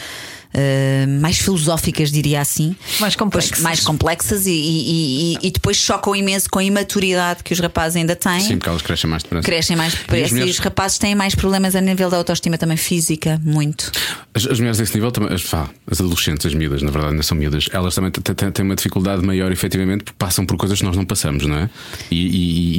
eh, mais filosóficas, diria assim. Mais Pois, complexas. mais complexas e, e- e- e depois chocam imenso com a imaturidade que os rapazes ainda têm. Sim, porque elas crescem mais depressa. Crescem mais E as depressa e, mulheres- os rapazes têm mais problemas a nível da autoestima também física, muito. As, as mulheres desse nível também, as, vá, as adolescentes, as miúdas, na verdade, ainda são miúdas, elas também t- t- têm uma dificuldade maior, efetivamente, porque passam por coisas que nós não passamos, não é? E,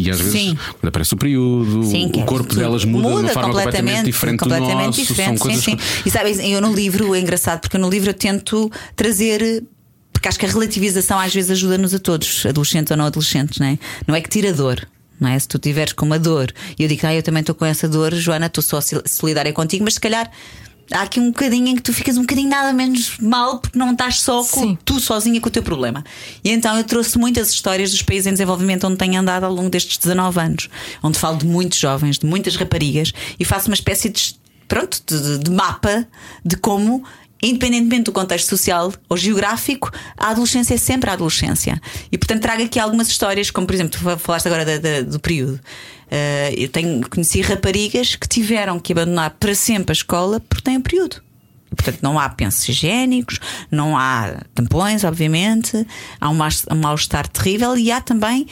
e- e às vezes, Sim. quando aparece o período, Sim, que o é- corpo delas muda, de uma forma completamente, diferente do completamente nosso. diferente, são sim, coisas sim. que- E sabes, eu no livro, é engraçado, porque eu no livro eu tento trazer. Porque acho que a relativização às vezes ajuda-nos a todos, adolescentes ou não adolescentes, não é? Não é que tira dor. Não é? Se tu tiveres com uma dor e eu digo, ah, eu também estou com essa dor, Joana, estou só sil- solidária contigo, mas se calhar há aqui um bocadinho em que tu ficas um bocadinho nada menos mal porque não estás só com, Sim. tu sozinha com o teu problema. E então eu trouxe muitas histórias dos países em desenvolvimento onde tenho andado ao longo destes 19 anos, onde falo de muitos jovens, de muitas raparigas e faço uma espécie de, pronto, de, de mapa de como. Independentemente do contexto social ou geográfico, a adolescência é sempre a adolescência. E portanto trago aqui algumas histórias, como por exemplo, tu falaste agora da- da- do período. Eh, eu tenho, conheci raparigas que tiveram que abandonar para sempre a escola porque têm o período. Portanto, não há pensos higiênicos, não há tampões, obviamente, há um mas- um mal-estar terrível e há também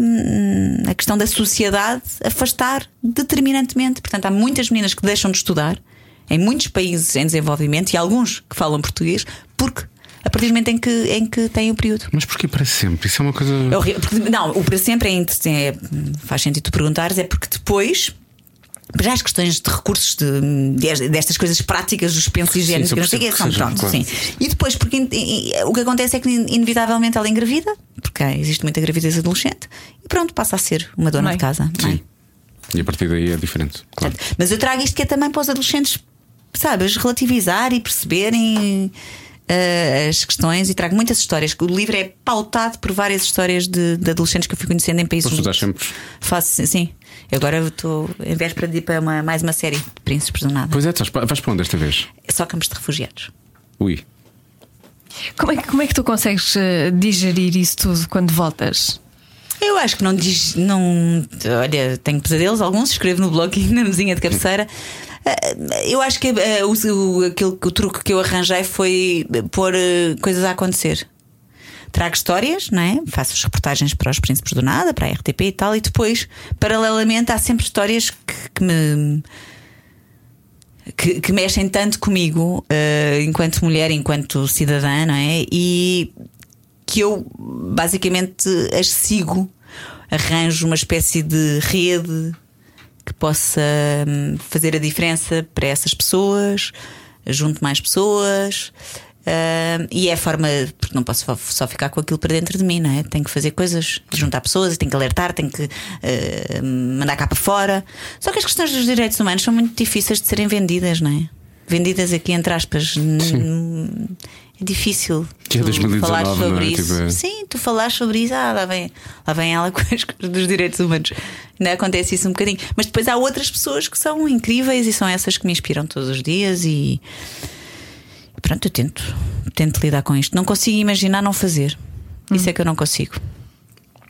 hum, a questão da sociedade afastar determinantemente. Portanto, há muitas meninas que deixam de estudar em muitos países em desenvolvimento e alguns que falam português porque a partir do momento em que, em que têm o período. Mas porquê para sempre? Isso é uma coisa. É horrível, porque- não, o para sempre é, inte- é- faz sentido tu perguntares, é porque depois. Já as questões de recursos de- de- destas coisas práticas, dos pensos higiênicos, eu não sei o que percebo é, são que seja, prontos, claro. sim. E depois, porque in- e- e- o que acontece é que in- inevitavelmente ela engravida, porque existe muita gravidez adolescente, e pronto, passa a ser uma dona Mãe. de casa. mãe. Sim. E a partir daí é diferente. Claro. Portanto, Mas eu trago isto que é também para os adolescentes, sabes, relativizar e perceberem eh, as questões e trago muitas histórias. O livro é pautado por várias histórias de, de adolescentes que eu fui conhecendo em países. Pois tu dás sempre. Faço, sim. Eu agora eu estou em véspera de ir para uma- mais uma série de príncipes do nada. Pois é, tu vais pa- vais para onde desta vez? É Só campos de refugiados. Ui. Como é que, como é que tu consegues eh, digerir isso tudo quando voltas? Eu acho que não diz. Não, olha, tenho pesadelos, alguns escrevo no blog e na mesinha de cabeceira. Ah, Eu acho que ah, o, o, aquele, que- o truque que eu arranjei foi pôr ah, coisas a acontecer. Trago histórias, não é? faço as reportagens para os Príncipes do Nada, para a RTP e tal, e depois, paralelamente, há sempre histórias que, que me. que, que mexem tanto comigo eh, enquanto mulher, enquanto cidadã, não é? E que eu basicamente as sigo, arranjo uma espécie de rede que possa hum, fazer a diferença para essas pessoas, junto mais pessoas. hum, e é a forma, porque não posso só ficar com aquilo para dentro de mim, não é? Tenho que fazer coisas, juntar pessoas, tenho que alertar, tenho que eh, mandar cá para fora. Só que as questões dos direitos humanos são muito difíceis de serem vendidas, não é? Vendidas aqui entre aspas. n- É difícil Que é tu 2019, falar não é? sobre isso. Tipo, é- Sim, tu falaste sobre isso, ah, lá vem, lá vem ela com as coisas dos direitos humanos. Ainda acontece isso um bocadinho. Mas depois há outras pessoas que são incríveis e são essas que me inspiram todos os dias e pronto, eu tento, tento lidar com isto. Não consigo imaginar não fazer. Isso é que eu não consigo.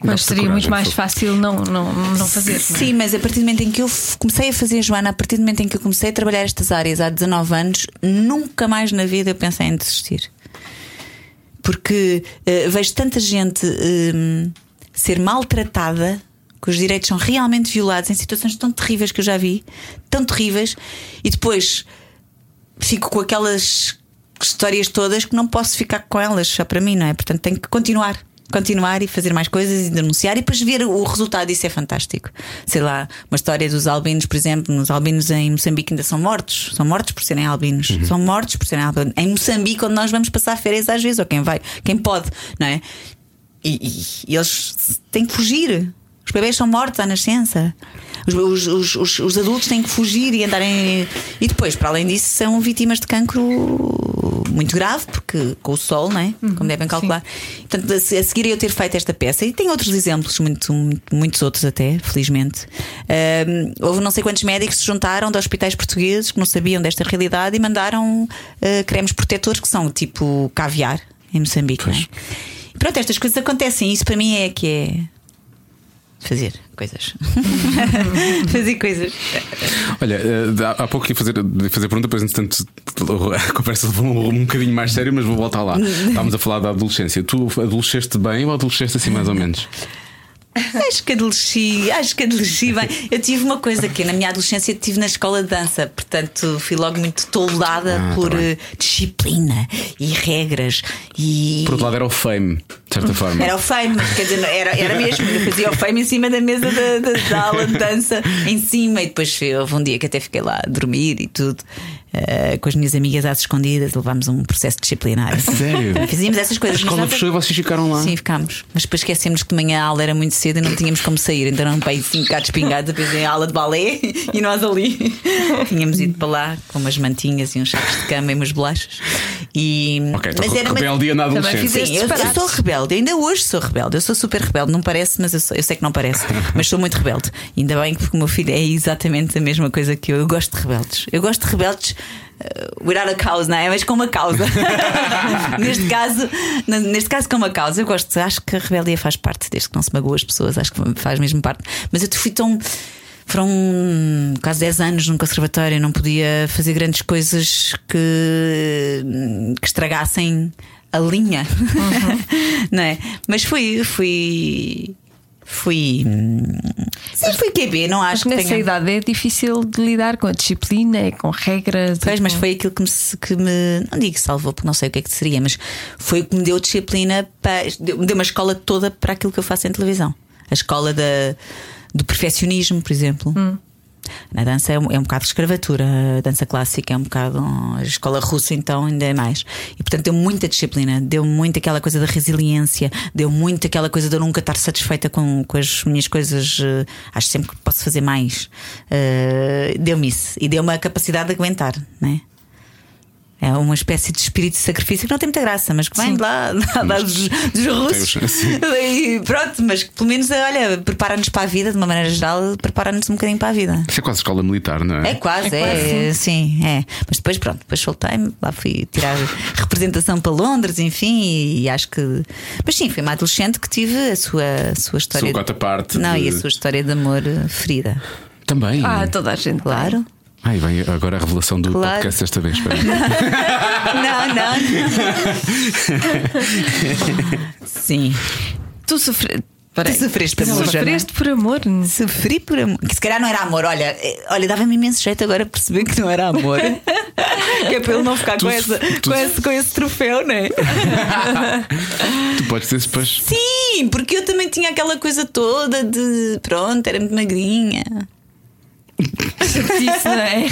Dá Mas para seria coragem, muito mais por favor. fácil não, não, não fazer. não é? Sim, mas a partir do momento em que eu f- comecei a fazer, Joana, a partir do momento em que eu comecei a trabalhar estas áreas há 19 anos, nunca mais na vida eu pensei em desistir. Porque eh, vejo tanta gente hum, ser maltratada, que os direitos são realmente violados em situações tão terríveis que eu já vi, tão terríveis, e depois fico com aquelas histórias todas que não posso ficar com elas só para mim, não é? Portanto, tenho que continuar. Continuar e fazer mais coisas e denunciar e depois ver o resultado, isso é fantástico. Sei lá, uma história dos albinos, por exemplo, nos albinos em Moçambique ainda são mortos, são mortos por serem albinos, são mortos por serem albinos. Em Moçambique, onde nós vamos passar férias às vezes, ou quem vai, quem pode, não é? E, e- e eles têm que fugir. Os bebês são mortos à nascença. Os, os- os- os- os adultos têm que fugir e andarem. E depois, para além disso, são vítimas de cancro muito grave, porque com o sol, não é? Como devem calcular. Portanto, a se- a seguir eu ter feito esta peça, e tem outros exemplos, muito, muito- muitos outros até, felizmente. Ahm, houve não sei quantos médicos que se juntaram de hospitais portugueses que não sabiam desta realidade e mandaram ah, cremes protetores que são tipo caviar em Moçambique, não é? Pronto, estas coisas acontecem. Isso para mim é que é. Fazer coisas. fazer coisas. Olha, eh, há- há pouco ia fazer, ia fazer pergunta, depois entretanto a conversa levou um, um bocadinho mais sério, mas vou voltar lá. Estávamos a falar da adolescência. Tu adolesceste bem ou adolesceste assim mais ou menos? Acho que adolesci, acho que adolesci bem. Eu tive uma coisa que na minha adolescência tive na escola de dança, portanto fui logo muito toldada Ah, tá por bem. eh, disciplina e regras e. Por outro lado era o fame, de certa forma. Era o fame, quer dizer, era, era mesmo. Eu fazia o fame em cima da mesa da, da, da aula de dança, em cima, e depois houve um dia que até fiquei lá a dormir e tudo. eh, com as minhas amigas às escondidas, levámos um processo disciplinar. sério? Fazíamos essas A coisas. mas escola nós- fechou e vocês ficaram lá. Sim, ficámos. Mas depois esquecemos que de manhã a aula era muito cedo e não tínhamos como sair. Então eram para aí 5 gatos pingados, depois em aula de balé e nós ali. Tínhamos ido para lá com umas mantinhas e uns sacos de cama e umas bolachas. E... Ok, então rebeldia na Também adolescência. fizeste Sim, eu, eu disparate. sou rebelde, ainda hoje sou rebelde, eu sou super rebelde, não parece, mas eu, sou- eu sei que não parece, mas sou muito rebelde. Ainda bem que porque o meu filho é exatamente a mesma coisa que eu. Eu gosto de rebeldes. Eu gosto de rebeldes uh, without a cause, não é? Mas com uma causa. neste caso, n- neste caso com uma causa. Eu gosto, acho que a rebeldia faz parte, desde que não se magoa as pessoas, acho que faz mesmo parte. Mas eu fui tão. Foram quase 10 anos num conservatório, não podia fazer grandes coisas que, que estragassem a linha, Uhum. não é? Mas fui, fui, fui, hum, sim, fui QB, não Acho acho que que nessa tenha. idade é difícil de lidar com a disciplina e com regras. e Pois, mas com- foi aquilo que me, que me- Não digo que salvou, porque não sei o que é que seria, mas foi o que me deu disciplina, para, deu- me deu uma escola toda para aquilo que eu faço em televisão. A escola da, do perfeccionismo, por exemplo. Na dança é um, é um bocado de escravatura, a dança clássica é um bocado. A escola russa, então, ainda é mais. E portanto deu muita disciplina, deu muito aquela coisa da resiliência, deu muito aquela coisa de eu nunca estar satisfeita com, com as minhas coisas. eh, acho sempre que posso fazer mais. Eh, deu-me isso. E deu-me a capacidade de aguentar, né? É uma espécie de espírito de sacrifício que não tem muita graça, mas que vem de lá, lá dos, dos russos. Deus, sim. E pronto, mas que pelo menos, olha, prepara-nos para a vida, de uma maneira geral, prepara-nos um bocadinho para a vida. Isso é quase escola militar, não é? É quase, é, sim, é. Mas depois, pronto, depois soltei-me, lá fui tirar representação para Londres, enfim, e, acho que. Mas sim, foi uma adolescente que tive a sua, a sua história. Sua quarta parte Não, de- e a sua história de amor eh, ferida. Também. Ah, toda a gente. Claro. Ai, vem agora a revelação do Claro. podcast desta vez. espera. não, não. sim. Tu sofre... Tu Peraí. sofreste Tu pelo amor, Joana? sofreste por amor. Sofri por amor. Que se calhar não era amor. Olha, eh, olha dava-me imenso jeito agora perceber que não era amor. que é para ele não ficar Tu com, sof- essa, tu com, sof- esse, com esse troféu, não é? tu podes ter depois. Sim, porque eu também tinha aquela coisa toda de. Pronto, era muito magrinha. Isso não é?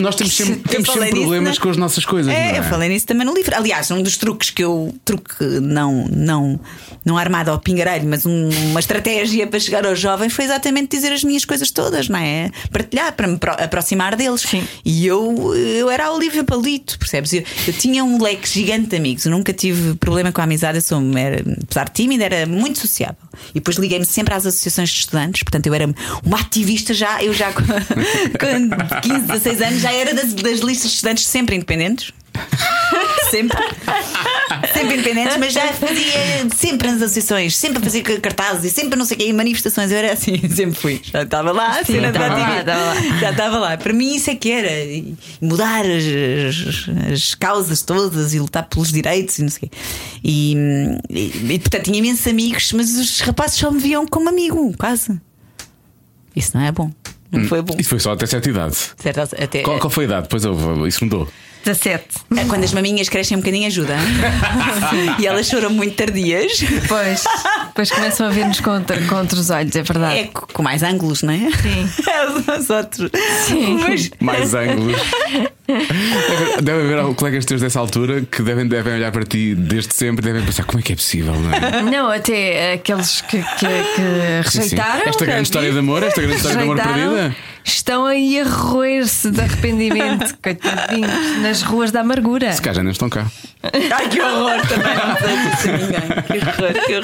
Nós temos sempre, Eu temos falei sempre nisso, problemas né? com as nossas coisas. não É, é? eu falei nisso também no livro. Aliás, um dos truques que eu. Truque não, não, não armado ao pingarelho, mas um- uma estratégia para chegar ao jovem foi exatamente dizer as minhas coisas todas, não é? Partilhar, para me pro- aproximar deles. E eu, eu era a Olivia Palito, percebes? Eu, eu tinha um leque gigante de amigos, eu nunca tive problema com a amizade, eu sou, era, apesar de tímida, era muito sociável. E depois liguei-me sempre às associações de estudantes, portanto eu era uma ativista já, eu já com, com 15, 16 anos já era das, das listas de estudantes sempre independentes. sempre. sempre independentes, mas já fazia sempre nas associações, sempre a fazer cartazes e sempre não sei o quê, em manifestações. Eu era assim, sempre fui. Já estava lá, Sim, cena de estava lá, ativismo. estava lá. já estava lá. Para mim, isso é que era. E Mudar as, as- as causas todas e lutar pelos direitos e não sei o quê. E, e- e, portanto, tinha imensos amigos, mas os rapazes só me viam como amigo, quase. Isso não é bom. Não foi bom. Hum. Isso foi só até certa idade. Certo? Até, Qual, qual foi a idade? Depois houve- isso mudou. 17. É Quando as maminhas crescem um bocadinho, ajuda. e elas choram muito tardias. Pois, depois começam a ver-nos contra, contra os olhos, é verdade. É co- com mais ângulos, não é? Sim. Os outros. Sim. Mas Mais ângulos. Deve- Deve haver alguns colegas teus dessa altura que devem, devem olhar para ti desde sempre e devem pensar como é que é possível, não é? Não, até aqueles que, que- que Sim, sim. rejeitaram. Esta grande história de amor, esta grande história de amor rejeitaram, perdida. Estão aí a roer-se de arrependimento, coitadinhos, nas ruas da amargura. Se calhar já não estão cá. Ai, que horror também. Não sei disso a ninguém. Que horror, que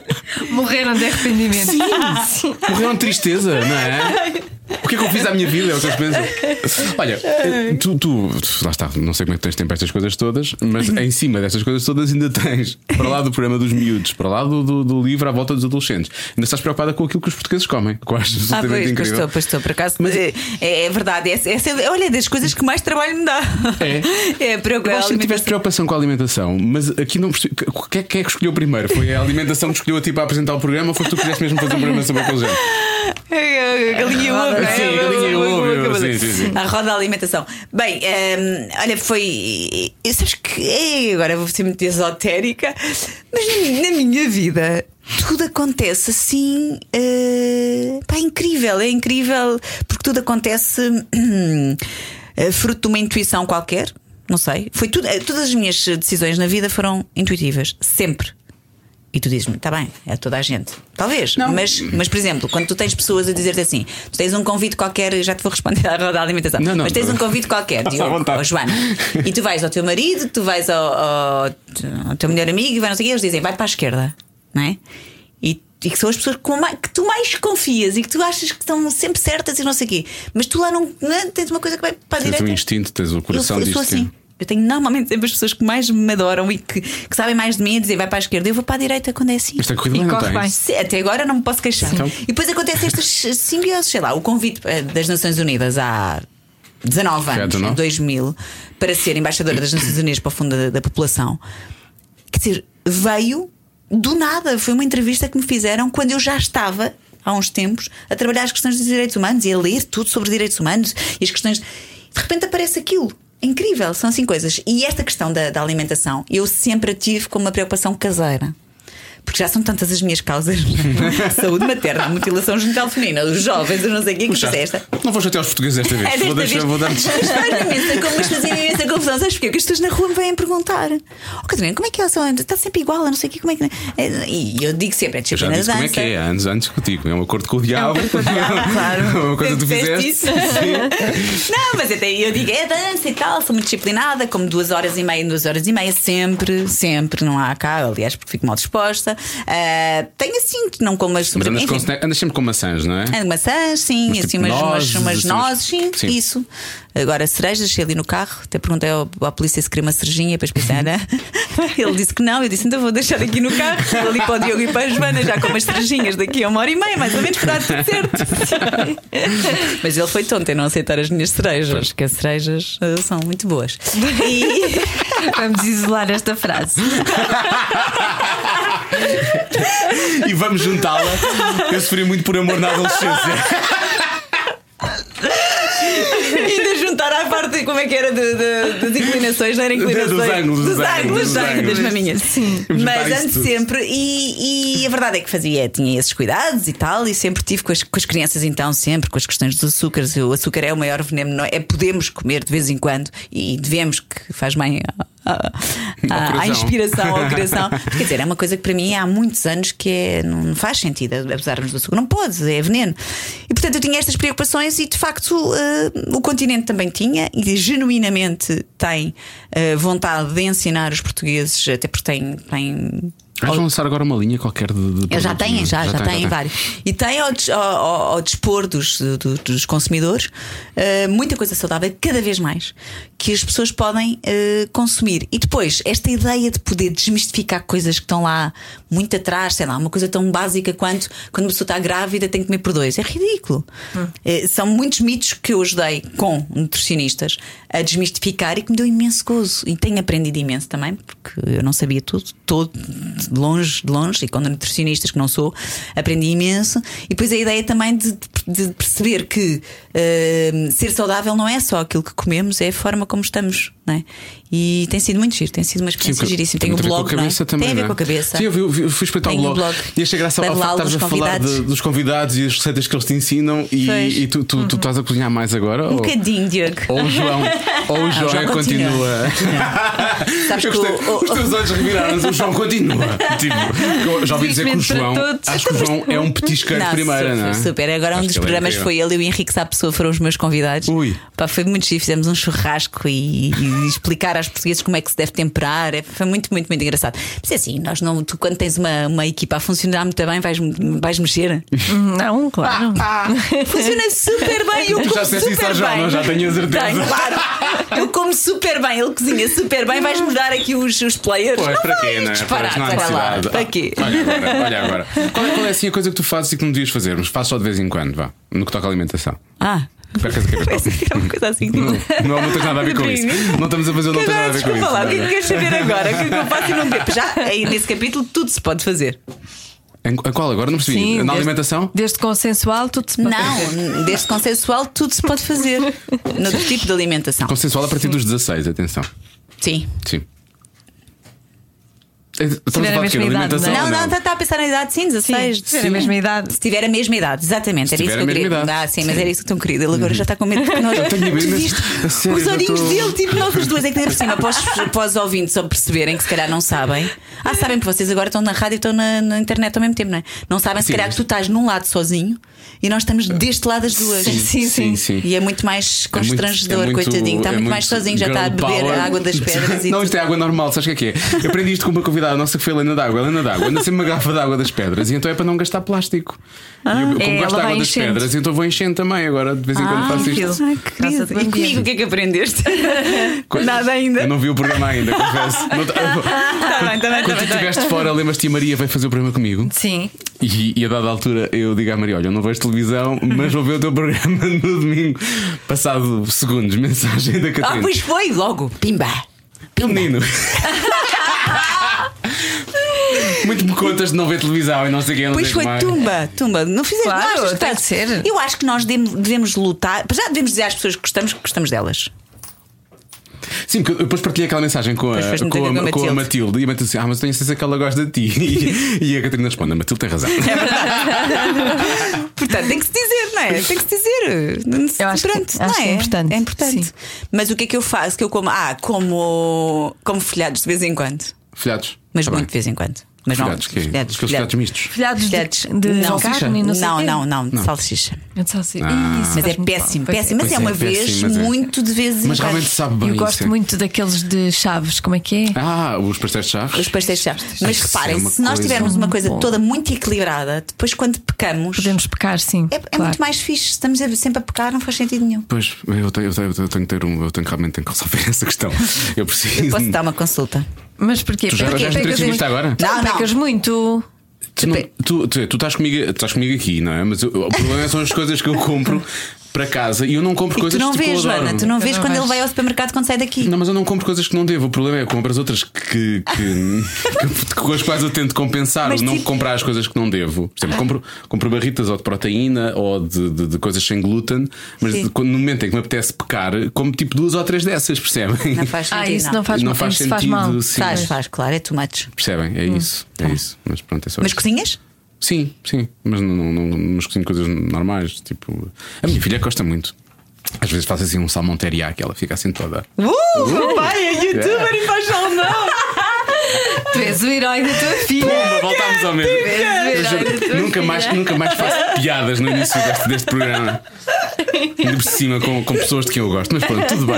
horror. Morreram de arrependimento. Morreram de tristeza, não é? O que é que eu fiz à minha vida? É o que eles pensam. Olha, tu, tu- lá está, não sei como é que tens tempo para estas coisas todas, mas em cima destas coisas todas ainda tens, para lá do programa dos miúdos, para lá do, do, do livro à volta dos adolescentes, ainda estás preocupada com aquilo que os portugueses comem, que eu acho Ah, absolutamente pois, pois incrível. estou, pois estou, por acaso. é, é verdade, essa, essa- olha, das coisas que mais trabalho me dá. É? É, para eu Eu acho que tiveste preocupação com a alimentação, mas aqui não percebi. que- que é- Quem é que escolheu primeiro? Foi a alimentação que escolheu a ti para apresentar o programa ou foste tu que quiseste mesmo fazer um programa sobre aquele género? A É, galinha ovo, é Sim, a galinha e o ovo, sim, sim, sim. A roda da alimentação. Bem, hum, olha, foi. eu- Sabes que é, agora vou ser muito esotérica, mas na, na minha vida tudo acontece assim. eh, pá, incrível, é incrível, porque tudo acontece hum, eh, fruto de uma intuição qualquer. Não sei. Foi tudo, eh, todas as minhas decisões na vida foram intuitivas, sempre. E tu dizes-me, está bem, é toda a gente. Talvez, mas, mas por exemplo, quando tu tens pessoas a dizer-te assim, tu tens um convite qualquer, já te vou responder à roda da alimentação, Não, não, mas tens não. um convite qualquer, Faça à Diogo, vontade. ou Joana, e tu vais ao teu marido, tu vais ao, ao, ao teu melhor amigo e vai não sei o quê, eles dizem, vai para a esquerda, não é? E, e que são as pessoas com mais- que tu mais confias e que tu achas que estão sempre certas e não sei o quê, mas tu lá não, não- tens uma coisa que vai para a Tens um direita. instinto, tens o Eu, coração eu sou disto. assim. Eu tenho normalmente sempre as pessoas que mais me adoram e que, que sabem mais de mim a dizer vai para a esquerda, eu vou para a direita quando é assim. Mas tem corrido E bem, não corre tem? bem. Se- Até agora não me posso queixar. Então- E depois acontecem estas simbioses, sei lá, o convite eh, das Nações Unidas há 19 há anos, 19. em 2000, para ser embaixadora das Nações Unidas para o fundo da, da população. Quer dizer, veio do nada. Foi uma entrevista que me fizeram quando eu já estava, há uns tempos, a trabalhar as questões dos direitos humanos e a ler tudo sobre direitos humanos e as questões. De repente aparece aquilo. É Incrível, são assim coisas. E esta questão da, da alimentação, eu sempre a tive como uma preocupação caseira. Porque já são tantas as minhas causas: saúde materna, mutilação genital feminina, os jovens, eu não sei o que é que Já. desta. Não vou chatear os portugueses desta vez. É vou desta deixar, vez. vou dar Olha, imensa, como mas fazia imensa confusão. Sabes porquê? Porque as pessoas na rua me vêm perguntar: oh, Catarina, como é que é a sua. Está sempre igual, eu não sei o quê, como é que. é?" E eu digo sempre: é Eu já disciplina de disse dança. como é que é, há anos antes contigo. É um acordo com o diabo. É Claro, Uma coisa que tu Disseste fizeste. isso. Não, mas até eu digo, é dança e tal, sou muito disciplinada, como duas horas e meia, em duas horas e meia, sempre, sempre, não há cá, aliás, porque fico mal disposta. Ah, tenho assim, não como as Mas andas, com, enfim, snack- andas sempre com maçãs, não é? Ah, maçãs, sim, Mas assim, tipo umas, umas, nozes, umas assim, nozes, sim, sim. isso. Agora, cerejas, deixei ali no carro, até perguntei ao, à polícia se queria uma cerejinha, depois pensei, "Ah, não." ele disse que não, eu disse, então vou deixar aqui no carro, vou ali para o Diogo e para a Joana, já com umas cerejinhas daqui a uma hora e meia, mais ou menos, para dar tudo certo. Mas ele foi tonto em não aceitar as minhas cerejas, que as cerejas ah, são muito boas. E. Vamos isolar esta frase. E vamos juntá-la. Eu sofri muito por amor na adolescência. ainda juntar à parte como é que era de, de- das inclinações, não era inclinações. Dos ângulos, dos Dos ângulos, ângulos, dos da- ângulos. das maminhas. Sim. Vamos juntar Mas isso antes tudo. sempre, e, e a verdade é que fazia, tinha esses cuidados e tal, e sempre tive com as, com as crianças, então, sempre com as questões dos açúcares. O açúcar é o maior veneno, não é? É, podemos comer de vez em quando e devemos, que faz bem à- à- à- à coração. inspiração, ao coração. Quer dizer, é uma coisa que para mim há muitos anos que é, não não faz sentido abusarmos do açúcar. Não pode, é veneno. E portanto eu tinha estas preocupações e de facto eh, o continente também tinha e genuinamente tem eh, vontade de ensinar os portugueses, até porque tem. tem Vais lançar agora uma linha qualquer de. de Eu produtos, já não têm, é? já, já, tem, têm tem. vários. E têm ao, dis- ao- ao- ao dispor dos, do- dos consumidores eh, muita coisa saudável, cada vez mais, que as pessoas podem eh, consumir. E depois, esta ideia de poder desmistificar coisas que estão lá muito atrás, sei lá, uma coisa tão básica quanto quando uma pessoa está grávida tem que comer por dois. É ridículo. Eh, são muitos mitos que eu ajudei com nutricionistas a desmistificar e que me deu imenso gozo. E tenho aprendido imenso também, porque eu não sabia tudo, todo de longe, de longe, e quando nutricionistas que não sou, aprendi imenso. E depois a ideia também de, de perceber que eh, ser saudável não é só aquilo que comemos, é a forma como estamos, não é? E tem sido muito giro, tem sido uma experiência porque giríssima. Tem o muito a ver blog, com a cabeça não é? também. tem a ver não é? com a cabeça. Sim, eu, vi- eu vi- fui espreitar o Tem o blog. blog. E achei graça ao Levo lá facto de aulas estás a dos falar de- convidados. dos convidados e as receitas que eles te ensinam e, Pois. Uhum. e tu, tu, tu estás a cozinhar mais agora? Um ou... bocadinho, Diogo. Ou o João, ou o João, Ah, João continua. continua. Sabes Eu que gostei, o- os teus olhos reviraram, o João continua. Tipo, eu já ouvi dizer que o Felizmente para João, todos. acho que o João é um petisqueiro de primeira, super, não é? super. Agora Acho um dos que ele é programas incrível. foi ele e o Henrique Sá Pessoa foram os meus convidados. Ui. Pá, foi muito giro, fizemos um churrasco e, e explicar aos portugueses como é que se deve temperar. É, foi muito, muito, muito engraçado. Mas é assim, nós não, tu quando tens uma, uma equipa a funcionar muito bem, vais, vais mexer. Não, claro. Ah, Funciona super bem. Eu como Já disseste isso super ao João, bem. não? Já tenho a certeza. Tenho, claro. Eu como super bem, ele cozinha super bem. Vais mudar aqui os, os players. Pois, não para quê, vais, não é? Pois, disparate, não há vai lá. necessidade. Para quê? Olha agora, olha agora. Qual é, qual é assim a coisa que tu fazes e que não devias fazer? Mas faz só de vez em quando, vá. No que toca à alimentação. Ah, Percas a cabeça. parece que era uma coisa assim. tipo- Não, não, não tens nada a ver com isso. Não estamos a fazer, não Que tens nada a agora, ver com desculpa isso. lá, o que é que não é? queres saber agora? O que é que eu faço e não bebo? Já, é aí nesse capítulo, tudo se pode fazer. Em- A qual agora? Não percebi. Sim, Na desde- alimentação? Desde consensual, tudo se pode fazer. Não, desde consensual, tudo se pode fazer. Noutro tipo de alimentação. Consensual a partir dos 16, atenção. Sim. Sim. Estamos tiver a a falar de quê? mesma idade, Alimentação? Não, ou não, tá está a pensar na idade, sim, 16. Se tiver a mesma idade. Se tiver a mesma idade, exatamente, era tiver isso a que eu mesma queria. idade. Uhum. Ah, sim, mas era isso que tão querido. Ele agora já está com medo que nós. Eu tenho medo, Tu mas- viste? a sério, Os eu olhinhos tô- dele, tipo, nós os dois, é que nem por cima, para os, para os ouvintes ao perceberem que se calhar não sabem. Ah, sabem que vocês agora estão na rádio e estão na, na internet ao mesmo tempo, não é? Não sabem, se Sim, calhar, mas- que tu estás num lado sozinho e nós estamos deste lado as duas. Sim, sim, sim. E é muito mais É muito- constrangedor, é muito- coitadinho. Está é muito, mais sozinho, já está a girl beber power. a água das pedras e Não, tudo. isto é água normal, sabes o que é que é? Eu aprendi isto com uma convidada nossa que foi a Helena d'Água. Helena d'Água anda sempre uma garrafa de água das pedras e então é para não gastar plástico. e eu, como gosto É, ela de água vai das enchendo. Ah, pedras, então vou enchendo também agora, de vez em quando faço isto. Tranquilo. Graças a E Deus. comigo o que é que aprendeste? Coisas. Nada ainda. Eu não vi o programa ainda, confesso. Não tá- Está bem, está bem, está Quando tu é. bem, está bem. estiveste fora, lembras-te e a Maria veio fazer o programa comigo? Sim. E, e a dada altura eu digo à Maria: Olha, eu não vejo televisão, mas vou ver o teu programa no domingo. Passado segundos, mensagem da Ah, Catarina. pois foi, logo. Pimba. Pelo menino. Muito me contas de não ver televisão e não sei quem Pois foi tumba, tumba. Não fizeste Claro, não achas tem estás- que ser. Eu acho que nós devemos, devemos lutar. Já devemos dizer às pessoas que gostamos, que gostamos delas. Sim, porque eu depois partilhei aquela mensagem com a, Pois foste-me com a, ter com a com a Matilde. Matilde e a Matilde disse: Ah, mas tenho certeza que ela gosta de ti. E, e a Catarina responde: A Matilde tem razão. É. É Portanto, tem que se dizer, não é? Tem que se dizer. Eu acho que- Pronto, acho não que é importante, É importante. sim. Mas o que é que eu faço? Que eu como? Ah, como, como folhados de vez em quando. Filhados. Mas Tá muito de bem. vez em quando. Mas não, Filhados, que é Aqueles filhados mistos. Filhados de, de não, carne, não sei o não, quê. não, não, de salsicha. Eu Ah. só sei- Ih, isso Mas é faz muito péssimo, mal. péssimo. Mas Pois é é, uma péssimo, vez, mas é. muito de vez em Mas quando. realmente sabe bem. Eu isso, gosto é. muito daqueles de chaves, como é que é? Ah, os pastéis de charros. Os pastéis de chaves. Mas isso reparem, é uma se nós coisa- tivermos uma coisa toda muito equilibrada, depois quando pecamos, Podemos pecar, sim. é, é claro. muito mais fixe. Estamos sempre a pecar, não faz sentido nenhum. Pois, eu tenho, eu tenho, eu tenho que ter um, eu tenho, realmente tenho que resolver essa questão. Eu preciso. Eu posso dar um uma consulta. Mas porquê? Tu já Porque arranjaste pecas nutricionista muito- agora? Não, Não, não. pecas muito. Tu, não- tu, tu, tu estás, comigo, tu estás comigo aqui, não é? Mas eu- o problema são as coisas que eu compro para casa e eu não compro E tu coisas não que eu vês, adoro. Joana, tu não vês não quando ele vejo. vai ao supermercado quando sai daqui. Não, mas eu não compro coisas que não devo. O problema é eu compro as outras que, que- que- com as quais eu tento compensar, Mas ou não tipo- Ah. comprar as coisas que não devo. Por exemplo, compro, compro barritas ou de proteína ou de, de- de coisas sem glúten, mas Sim. de- quando- no momento em que me apetece pecar, como tipo duas ou três dessas, percebem? Não faz sentido. Ah, isso não faz, Não mal, faz isso faz sentido, mal. sim. Faz, faz, claro, é tomates. Percebem? É isso, é isso. Mas pronto, é só Mas isso. cozinhas? Sim, sim, mas não, não, não, mas cozinho coisas normais. Tipo, a minha filha gosta muito. Às vezes faço assim um salmão teriyaki, ela fica assim toda. Uh, meu pai é youtuber e faz não. Tu és o herói da tua filha. Pumba, voltámos ao mesmo. Eu juro, Herói da tua nunca, mais, nunca mais faço piadas no início deste, deste programa. Ainda por cima com, com pessoas de quem eu gosto. Mas pronto, tudo bem.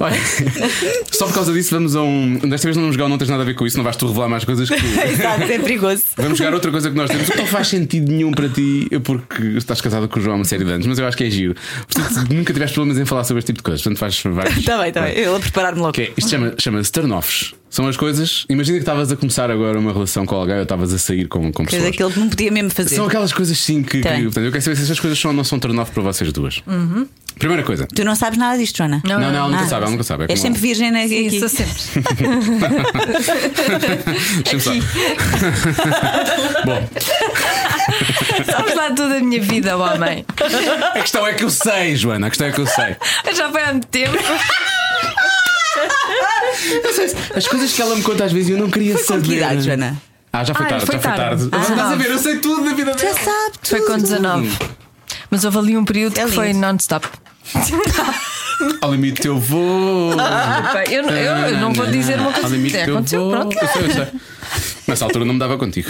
Olha, só por causa disso, vamos a um. Desta vez não vamos jogar, não tens nada a ver com isso, não vais tu revelar mais coisas que. Exato, é perigoso. Vamos jogar outra coisa que nós temos. O que não faz sentido nenhum para ti, porque estás casado com o João há uma série de anos, mas eu acho que é giro. Portanto, nunca tiveste problemas em falar sobre este tipo de coisas. Portanto, faz vários. Está Tá bem, está bem. Eu a preparar-me logo. Que é, isto chama- chama-se turn-offs. São as coisas. Imagina que estavas a começar agora uma relação com alguém ou estavas a sair com, com Coisa pessoas. que ele não podia mesmo fazer. São aquelas coisas sim que. que- Tá bem. portanto, eu quero saber se essas coisas são ou não são turn-off para vocês duas. Primeira coisa. Tu Uhum. não sabes nada disto, Joana? Não, não, ela nunca Ah. sabe, ela nunca sabe. É És como- sempre virgem, né? Sim, aqui. sou sempre. Deixa-me só- Bom, Sabes lá toda a minha vida, homem. a questão é que eu sei, Joana. A questão é que eu sei. Já foi há muito tempo. As coisas que ela me conta às vezes eu não queria Foi com saber. que idade, Joana? Ah, já foi Ah, tarde, foi já foi tarde. tarde. Mas Ah. Estás a ver, eu sei tudo da vida Já dela. sabe tudo. Foi com 19. Mas houve ali um período É que foi lindo. non-stop. Ao limite eu vou. Bem, Eu, eu não vou dizer uma Ao coisa que limite até eu aconteceu, vou. pronto. Eu sei, eu sei. Nessa altura não me dava contigo.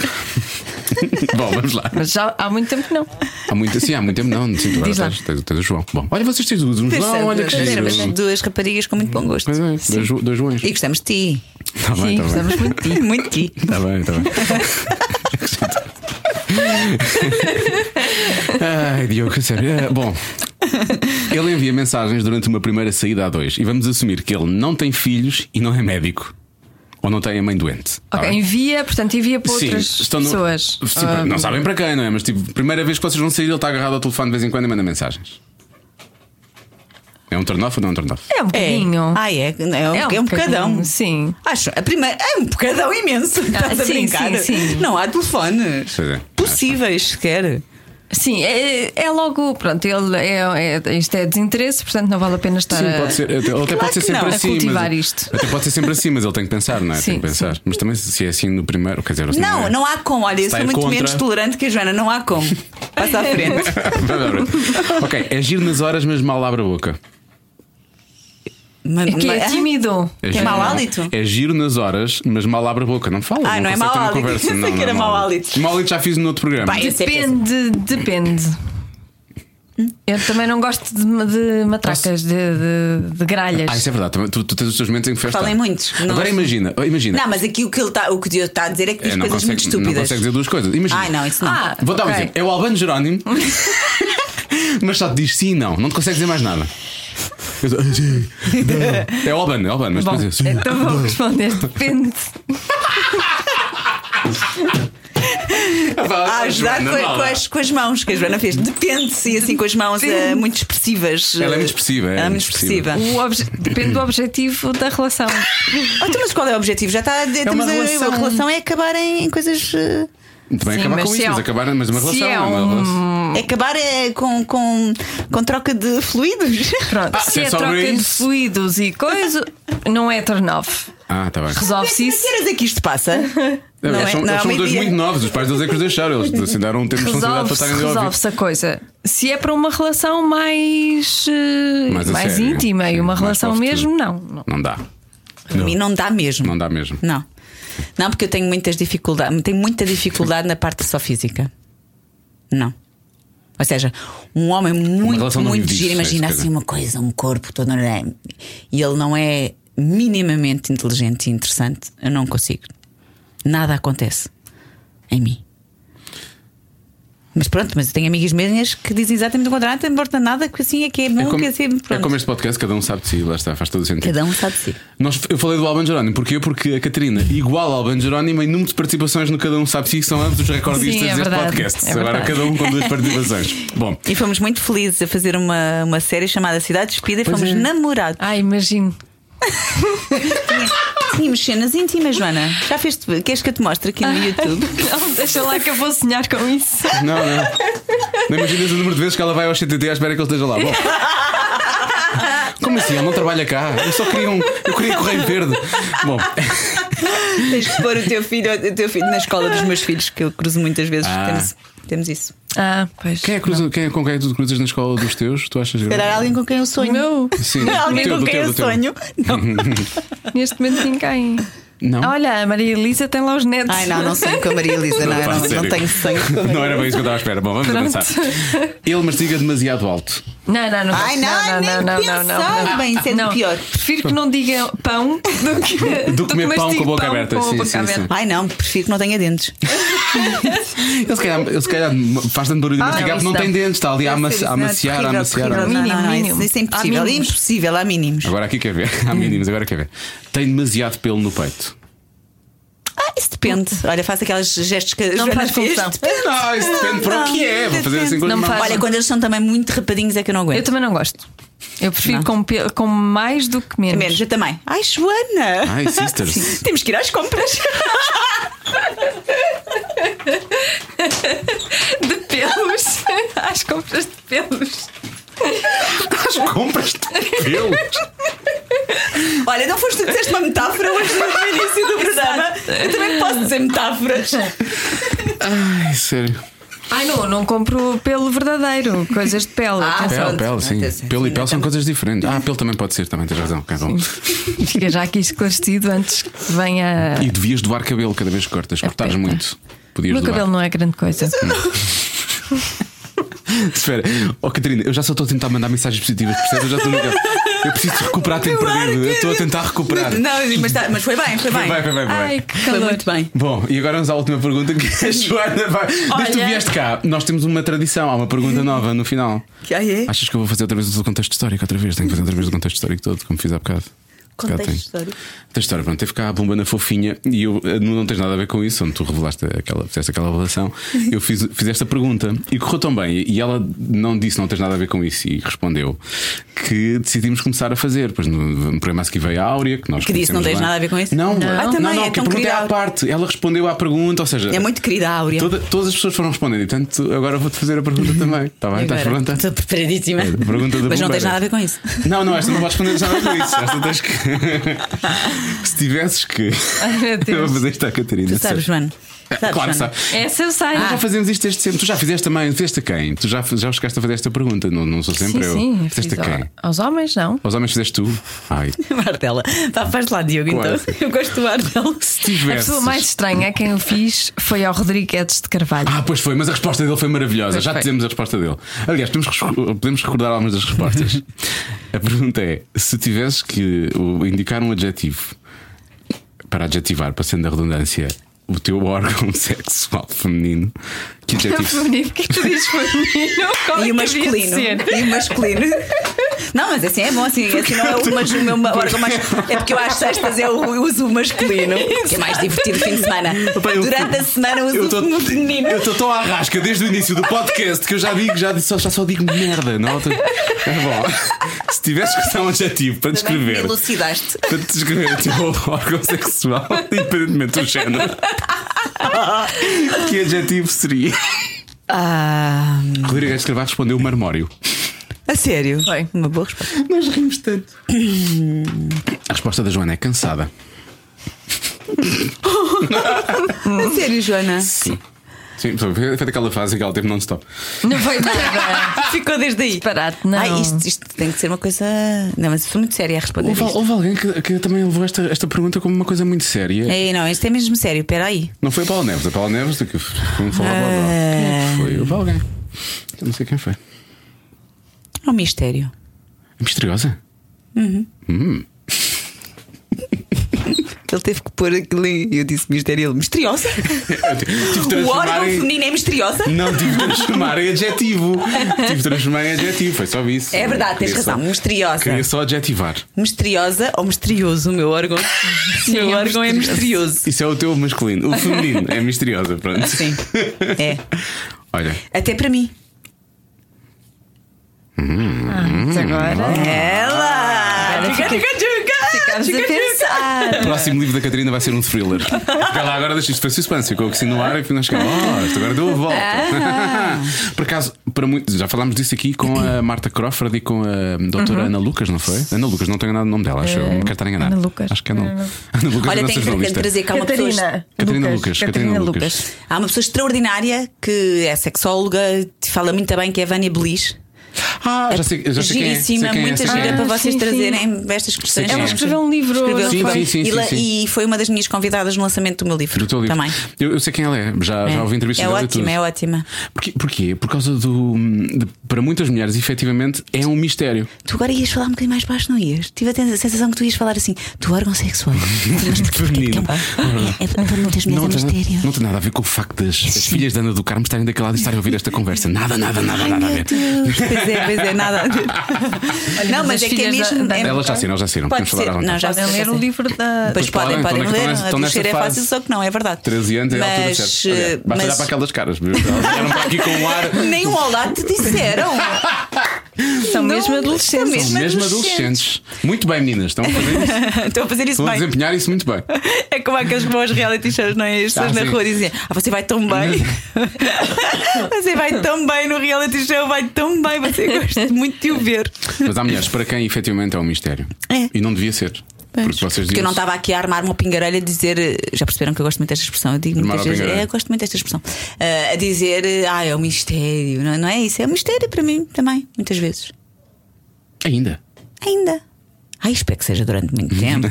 Bom, vamos lá. Mas já há muito tempo que não. Há muito, sim, há muito tempo não. Sim, tu agora Diz lá. tens, tens, tens o João. Bom, olha, vocês tens o um João, olha que giro. Éramos duas raparigas com muito bom gosto. Pois é, dois, Jo- dois Joões. E gostamos de ti. Está tá bem, Sim, está bem. gostamos muito de ti. Muito de Um ti. Está Tá bem, está bem. Ai, Diogo, a sério. Eh, bom, ele envia mensagens durante uma primeira saída a dois e vamos assumir que ele não tem filhos e não é médico. Ou não tem a mãe doente. tá Ok, bem? envia, portanto, envia para Sim, outras estão no- pessoas. Sim, Ah, não sabem para quem, não é? Mas tipo, primeira vez que vocês vão sair, ele está agarrado ao telefone de vez em quando e manda mensagens. É um turn-off ou não é um turn-off? É um bocadinho. Ah, é. É um, é um, bocadão. Sim. Ah, Acho, a primeira é um bocadão imenso. Estás a sim, brincar? sim, sim. Não há telefones Pois é. possíveis sequer. Sim, é, é logo, pronto, ele é, é- isto é desinteresse, portanto não vale a pena estar Sim, a- pode ser. Até, ele até pode ser que sempre não. assim. A cultivar mas, isto. Até pode ser sempre assim, mas ele tem que pensar, não é? tem Sim, que pensar. Mas também se é assim no primeiro. Quer dizer, se Não, é- não há como. Olha, eu Está sou muito contra. menos tolerante que a Joana. Não há como. Passa à É frente. ok, é giro nas horas, mas mal abre a boca. Mas- É que é mas- tímido. É giro- mau hálito? É giro nas horas, mas mal abre a boca. Não fala. Ah, não consegue é mau ter uma hálito. conversa. Eu Não, sei que não, era não. mau hálito. Mau hálito já fiz no outro programa. Vai, esse é péssimo. Depende, depende. Hum? Eu também não gosto de, de matracas, de, de- de gralhas. Ah, isso é verdade. Tu, tu tens os teus momentos em que festa. ah, Ah, Falem muitos. Não- é? Agora imagina, imagina. Não, mas aqui o que, ele tá, o que o Diogo está a dizer é que diz É, não, coisas muito consegue, não estúpidas. consegue dizer duas coisas. Imagina. Ah, não, isso não. Ah, Vou dar um ok. exemplo. É o Albano Jerónimo, mas só te diz sim e não. Não te consegue dizer mais nada. Eu sou, "Ah, sim, não." É o Albano, é o Albano, mas Bom, depois eu, sim. então vou responder, depende. é, ah, a Ah, ajudar com, Ah, com as, com as mãos que a Joana fez. Depende se assim com as mãos eh, muito expressivas. Ela é muito eh, expressiva, é Ela é muito muito expressiva. O obje- Depende do objetivo da relação. Oh, então, mas qual é o objetivo? Já está. É uma temos a, relação. a relação é acabar em, em coisas. eh, Também Sim, acabar mas com se isso, é mas um- acabar, mas uma se relação. é uma um- relação. É acabar eh, com, com, com troca de fluidos. Pronto, Ah, se é é só troca de isso? fluidos e coisa, não é turn off. Ah, tá bem. Resolve-se Que isso. horas é que isto passa? Não eles é- são, não eles é ao são dois meio-dia. muito novos, os pais deles é que os deixaram. Eles assim, deram um tempo de responsabilidade para Resolve-se estarem a ouvir. resolve a coisa. Se é para uma relação mais, eh, Mais mais, a sério. íntima Sim, e uma mais relação para o futuro. mesmo, não. não. Não dá, A mim não dá mesmo. não dá mesmo. Não. Não, porque eu tenho muitas dificuldades. Tenho muita dificuldade na parte só física. Não. Ou seja, um homem muito, relação não muito vive giro, disso, imagina é isso, assim uma coisa, um corpo todo. né? E ele não é minimamente inteligente e interessante, eu não consigo. Nada acontece em mim. Mas pronto, mas eu tenho amigas minhas que dizem exatamente o contrário, não importa nada, que assim é que é bom, que assim é pronto. como este podcast, cada um sabe de si, lá está, faz todo o sentido. Cada um sabe de si. Nós, eu falei do Alban Jerónimo, porquê? Porque a Catarina, igual ao Alban Jerónimo, em número de participações no Cada Um Sabe Si, que são ambos os recordistas Sim, deste é verdade, podcast. é Agora verdade. cada um com duas participações. Bom, E fomos muito felizes a fazer uma, uma série chamada Cidade Despida e fomos namorados. Ah, imagino. Tínhamos cenas íntimas, Joana. Ah. Já fez Queres que eu te mostre aqui no YouTube? Não, deixa lá que eu vou sonhar com isso. não, não. Não imaginas o número de vezes que ela vai ao CTT à espera que ele esteja lá. Bom. Como assim? Ele não trabalha cá. Eu só queria um. Eu queria correr verde. Bom, Tens que pôr o teu filho, o teu filho na escola dos meus filhos, que eu cruzo muitas vezes. Ah. Temos, temos isso. Ah, pois. quem é, que cruza- quem é com quem é que tu cruzas na escola dos teus? Tu achas Se calhar alguém com quem eu sonho. Não, Sim, do Alguém teu, com do quem teu, eu do teu. sonho. Não. neste momento ninguém. Não. é? Olha, a Maria Elisa tem lá os netos. Ai, não, não sonho com a Maria Elisa, não, Não, pá, não, não sério. tenho sonho com a Maria Não era bem isso que eu estava à espera. Bom, vamos Pronto. avançar. Ele mastiga demasiado alto. Não, não, não. Ai, não, nem pensar. Bem, isso é do pior. Prefiro que não diga pão do que, Do que comer pão mastigue com a boca aberta. com a Sim, boca sim, aberta. sim. Ai não, prefiro que não tenha dentes. Ele Então, se calhar, ele se calhar faz tanto barulho de Ah, mastigar porque não, não isso tem dá. dentes, está ali a Deve amaci- ser, a não é? amaciar, a Terrível, amaciar. a terrível. amaciar. Não, não, não, Mínimo, isso, isso é mínimo. Há impossível. mínimos. Impossível, há mínimos. Agora aqui quer ver. Há mínimos, agora quer ver. Tem demasiado pelo no peito. Ah, isso depende. Olha, faz aquelas gestos que a Não Joana faz fez. confusão. É, Não, isso depende para o que é. Vou fazer assim com as Não mãos. faz. Olha, quando eles são também muito rapadinhos é que eu não Eu aguento. também não gosto. Eu prefiro Não. com, pe- com mais do que menos. É Menos, eu também. Ai, Joana! Ai, sisters. Temos que ir às compras. De pelos. Às compras de pelos. As compras de pelos. Olha, não foste tu que disseste uma metáfora hoje no início do programa. Eu também posso dizer metáforas. Ai, É sério. Ai, não, não compro pelo verdadeiro. Coisas de pele. Ah, atenção. Pele, Pronto. pele, sim. Até sim. Pelo e pele são coisas diferentes. Ah, pelo também pode ser, também tens razão. ok, bom. Fica já aqui esclarecido antes que venha. E devias doar cabelo cada vez que cortas. Cortares Aperta. muito. O Podias meu doar. cabelo não é grande coisa. Espera, oh Catarina, eu já só estou a tentar mandar mensagens positivas, percebes? Eu já estou naquela. Eu preciso recuperar tempo perdido. Eu estou a tentar recuperar. Não, mas, tá- mas foi bem, foi bem. Vai, vai, vai, vai. Ai, que Foi calor. muito bem. Bom, e agora vamos à última pergunta que a Joana vai. Desde que tu Olha. vieste cá, nós temos uma tradição, há uma pergunta nova no final. Que aí é? Achas que eu vou fazer outra vez o contexto histórico? Outra vez? Tenho que fazer outra vez o contexto histórico todo, como fiz há bocado. Se calhar Contexto tenho. histórico. Contexto histórico, pronto. Teve cá a bomba na fofinha e eu eh, não, não tens nada a ver com isso, onde tu revelaste aquela, fizeste aquela revelação. Eu fiz, fiz esta pergunta e correu tão bem. E ela não disse, não tens nada a ver com isso, e respondeu que decidimos começar a fazer. Pois no, no programa a seguir veio a Áurea, que nós Que disse, conhecemos "Não tens bem." nada a ver com isso?" Não, Não. Ah, não, também, não, é que a tão pergunta é à querida. parte. Ela respondeu à pergunta, ou seja, É muito querida a Áurea. toda- todas as pessoas foram respondendo, e tanto agora vou-te fazer a pergunta também. Está bem? Estás Agora, pronta? É, Estou preparadíssima. Pergunta da mas não tens bombeira. nada a ver com isso. Não, não, esta não podes responder nada com isso. Esta tens que. Se tivesses que. Ai, meu Deus. Eu vou fazer isto à Catarina. Tu sabes, Joana. Sabes, É Claro que Joana. sabe. Essa eu sei. Nós Ah, já fazemos isto desde sempre. Tu já fizeste também. Fizeste a quem? Tu já, já chegaste a fazer esta pergunta. Não, não sou sempre sim, eu. sim. eu fizeste fiz a ao- quem? Aos homens, não. Aos homens fizeste tu? Ai. Martela. Vá, faz lá, Diogo, então. Claro. Eu gosto do Martela. Se A tivesses. pessoa mais estranha a quem eu fiz foi ao Rodrigues de Carvalho. Ah, pois foi, mas a resposta dele foi maravilhosa. Pois Já foi. dizemos a resposta dele. Aliás, podemos, res- podemos recordar algumas das respostas. a pergunta é: se tivesses que o- indicar um adjetivo para adjetivar, passando a redundância, o teu órgão sexual feminino, que adjetivo? Feminino, porque tu dizes feminino? Qual é E que devia o masculino. ser? E o masculino. Não, mas assim é bom, assim, assim não é o, mas, o meu órgão mais. É porque eu às sextas eu uso o masculino, que é mais divertido o fim de semana. eu- Durante a semana uso o feminino. eu estou tão à rasca desde o início do podcast que eu já digo, já, disse- só, já só digo merda, não? É bom. Se tivesses que usar um adjetivo para Também descrever. elucidaste. Para descrever tipo, o teu órgão sexual, independentemente do género. que adjetivo seria? Ah, Rodrigues Carvalho respondeu marmório. a sério? Foi. Uma boa resposta. Nós rimos tanto. A resposta da Joana é cansada. A sério, Joana? Sim. Sim, foi foi daquela fase que ela teve non-stop. Não foi nada. Ficou desde aí. Disparate, não. Ai, isto, isto tem que ser uma coisa. Não, mas foi muito séria a responder. Houve, isto. houve alguém que, que também levou esta, esta pergunta como uma coisa muito séria. Ei, não, isto é mesmo sério, peraí. Não foi a Paula Neves, a Paula Neves do que um como falava agora. Foi houve alguém. Eu não sei quem foi. É um mistério. É misteriosa? Ele teve que pôr aquilo em. Eu disse mistério, ele misteriosa. Eu tive de O transformar órgão em- feminino é misteriosa? Não tive de transformar em adjetivo. Tive de transformar em adjetivo, foi só isso. É verdade, tens Queria só- razão. Misteriosa. Queria só adjetivar. Misteriosa ou misterioso, o meu órgão? o meu é órgão é misterioso. Isso é o teu masculino. O feminino é misteriosa, pronto. Sim. É. Olha, Até para mim. Hum. Mas agora. Ela! Ah. Agora Tchuca, fica- tchuca, tchuca! Ficámos a Tchuca, tchuca. pensar. o próximo livro da Catarina vai ser um thriller. Vai lá, agora deixa isto para suspense. Ficou assim no ar e nós ficamos, oh, isto agora deu a volta. Ah. Por acaso, para muito, já falámos disso aqui com a Marta Crawford e com a Uhum. doutora Ana Lucas, não foi? Ana Lucas, não tenho nada o nome dela, acho eu. Não quero estar a enganar. Ana Lucas. Acho que é Ana, Ana- Ana Lucas. é a Eh, Olha, nossa tenho que- tenho que jornalista. trazer Tá cá uma pessoa. Catarina Lucas, Catarina Lucas. Há uma pessoa extraordinária que é sexóloga, te fala muito bem, que é a Vânia Belis. Ah, já sei, já sei quem é. Sei Giríssima, quem é, muita sei quem gira é. para vocês sim, trazerem estas questões. quem é. Ela escreveu um livro, Escreveu Sim, um livro. sim, sim, e, sim, la- sim. e foi uma das minhas convidadas no lançamento do meu livro, Do teu livro. também. Eu, eu sei quem ela é, já, já ouvi entrevistas é dela e tudo. ótima, é ótima. Porquê? Porquê? Por causa do. de- para muitas mulheres, efetivamente, é um mistério. Tu agora ias falar um bocadinho mais baixo, não ias? Tive a ten- sensação que tu ias falar assim, tu órgão sexual. Mas porquê? Porquê que é um- É, é, para muitas Ah. não, mulheres é tem, mistério. É nada- não tem nada a ver com o facto das as filhas da Ana do Carmo estarem daquele lado e estarem a ouvir esta conversa. Nada, nada, nada, nada a Meu ver. Deus, pois é, pois é, nada. a ver. não, mas as mas é que é filhas da- mesmo. da- é- Elas já saíram, já saíram. Podemos Pode falar então. à ser. vontade. Não, já Podem sei, ler já o sei. livro da. Pois podem, podem, podem estão ler. nessa- A estão nessa Teixeira é fase. fácil, só que não, é verdade. 13 anos é a altura Mas. eh, certa. Aliás, Basta olhar mas- para aquelas caras. viu? Elas olharam para aqui com um ar. Nem o olá te disseram. São mesmo adolescentes. São mesmo adolescentes. Muito bem, meninas. Estão a, fazer isso, Estou a fazer isso estão a bem. desempenhar isso muito bem. É como aqueles que vão aos reality shows, não é? As pessoas Ah, na sim. rua dizem: Ah, você vai tão bem. você vai tão bem no reality show, vai tão bem. Você gosta muito de o ver. Mas há mulheres para quem efetivamente é um mistério. É. E não devia ser. Porque vocês Porque eu diziam- não estava aqui a armar uma pingarelha a dizer. eh, Já perceberam que eu gosto muito desta expressão? Eu digo Armar muitas uma vezes. pingarelha. É, eu gosto muito desta expressão. Ah, a dizer: eh, Ah, é um mistério. Não, não é isso? É um mistério para mim também, muitas vezes. Ainda. Ainda. Ai, espero que seja durante muito tempo.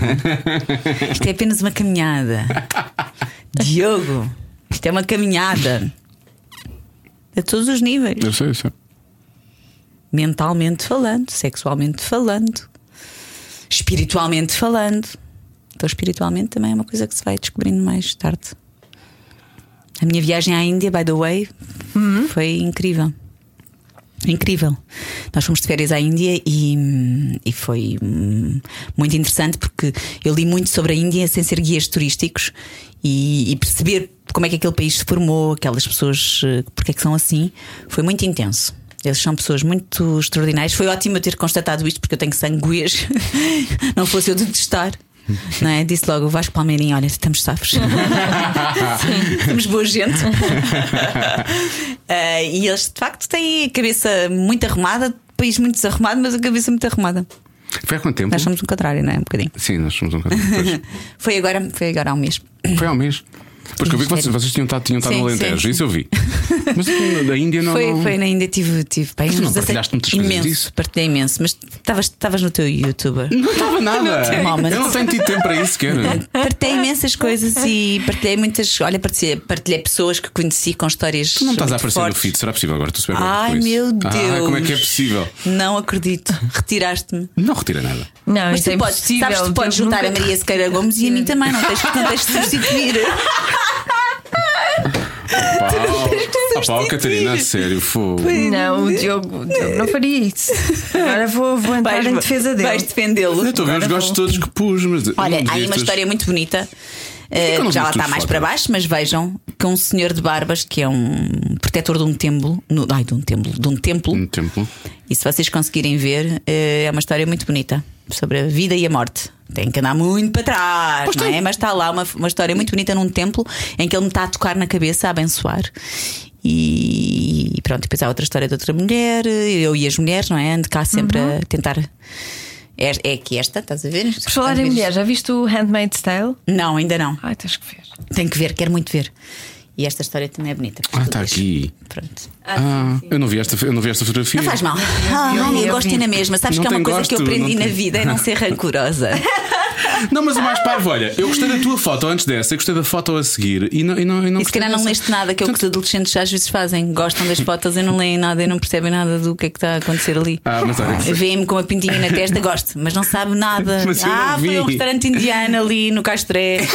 Isto é apenas uma caminhada. Diogo, isto é uma caminhada. A todos os níveis. Eu sei, eu sei. Mentalmente falando, sexualmente falando, espiritualmente falando. Então, espiritualmente também é uma coisa que se vai descobrindo mais tarde. A minha viagem à Índia, by the way, foi incrível. Incrível. Nós fomos de férias à Índia e, hum, e foi hum, muito interessante porque eu li muito sobre a Índia sem ser guias turísticos e, e perceber como é que aquele país se formou, aquelas pessoas, eh, porque é que são assim, foi muito intenso. Eles são pessoas muito extraordinárias. Foi ótimo eu ter constatado isto porque eu tenho sangue guês. Não fosse eu detestar. Não é? Disse logo o Vasco Palmeirinho: olha, estamos safos. Temos boa gente. Eh, e eles de facto têm a cabeça muito arrumada, país muito desarrumado, mas a cabeça muito arrumada. Foi há quanto tempo? Nós somos um contrário, não é? Um bocadinho. Sim, nós somos um bocadinho depois. Foi agora, foi agora há um mês. Foi ao mês. Porque eu vi que vocês, Mistério. vocês tinham estado, tinham estado Sim, no Alentejo, sim, sim. isso eu vi. Mas da Índia não. foi, não- foi, ainda tive, tive bem, Mas tu não uns 17 partilhaste muitas coisas imenso, disso? partilhei imenso, mas estavas- estavas no teu youtuber. Não estava nada. Não tenho. eu não tenho tido tempo para isso, quer. Partilhei imensas coisas e partilhei muitas. Olha, partilhei, partilhei pessoas que conheci com histórias. Tu não estás a muito aparecer no fortes. feed, será possível agora? Tu super Ai com isso. meu Deus! Ah, como é que é possível? Não acredito. Retiraste-me. Não retira nada. Não, Mas isso é tu podes, impossível. sabes, tu podes Deus juntar a nunca- Maria Sequeira Gomes e a mim também, não tens, não tens de substituir. Pau, Ah, pau, Catarina, a sério, fogo. Não, o Diogo, o Diogo não faria isso. Agora vou, vou entrar em defesa dele. vais defendê-lo. Eu um estou a ver os gostos todos que pus, mas. Olha, não há aí devias uma ter- história muito bonita. eh, eu não já vi lá tudo está mais foto? para baixo, mas vejam que um senhor de barbas que é um protetor de um templo, no- ai, de um templo, de um templo, Um tempo. e se vocês conseguirem ver, eh, é uma história muito bonita sobre a vida e a morte. Tem que andar muito para trás, não é? Mas está lá uma, uma história muito bonita num templo em que ele me está a tocar na cabeça, a abençoar. E, e pronto, depois há outra história de outra mulher, eu e as mulheres, não é? Ando cá sempre a tentar. É, é aqui esta, estás a ver? Uhum. Por falar em mulher, já viste o Handmaid's Tale? Não, ainda não. Ai, tens que ver. Tenho que ver, quero muito ver. E esta história também é bonita. por Ah, tudo está isto. aqui. Pronto. Ah, eu não vi esta, eu não vi esta fotografia. Não faz mal. Ah, eu vi, eu eu gosto vi. na mesma. Sabes Não que é tem uma coisa que eu gosto, aprendi não na tem- vida é não ser rancorosa. Não, mas o mais parvo, olha, eu gostei da tua foto antes dessa, eu gostei da foto a seguir e não. E, não, e, não E se gostei calhar não dessa. leste nada, que é o que os adolescentes às vezes fazem. Gostam das fotos e não leem nada e não percebem nada do que é que está a acontecer ali. Ah, mas olha que- Vêem-me com uma pintinha na testa, gosto, mas não sabe nada. Mas eu não ah, vi. foi um restaurante indiano ali no Castré.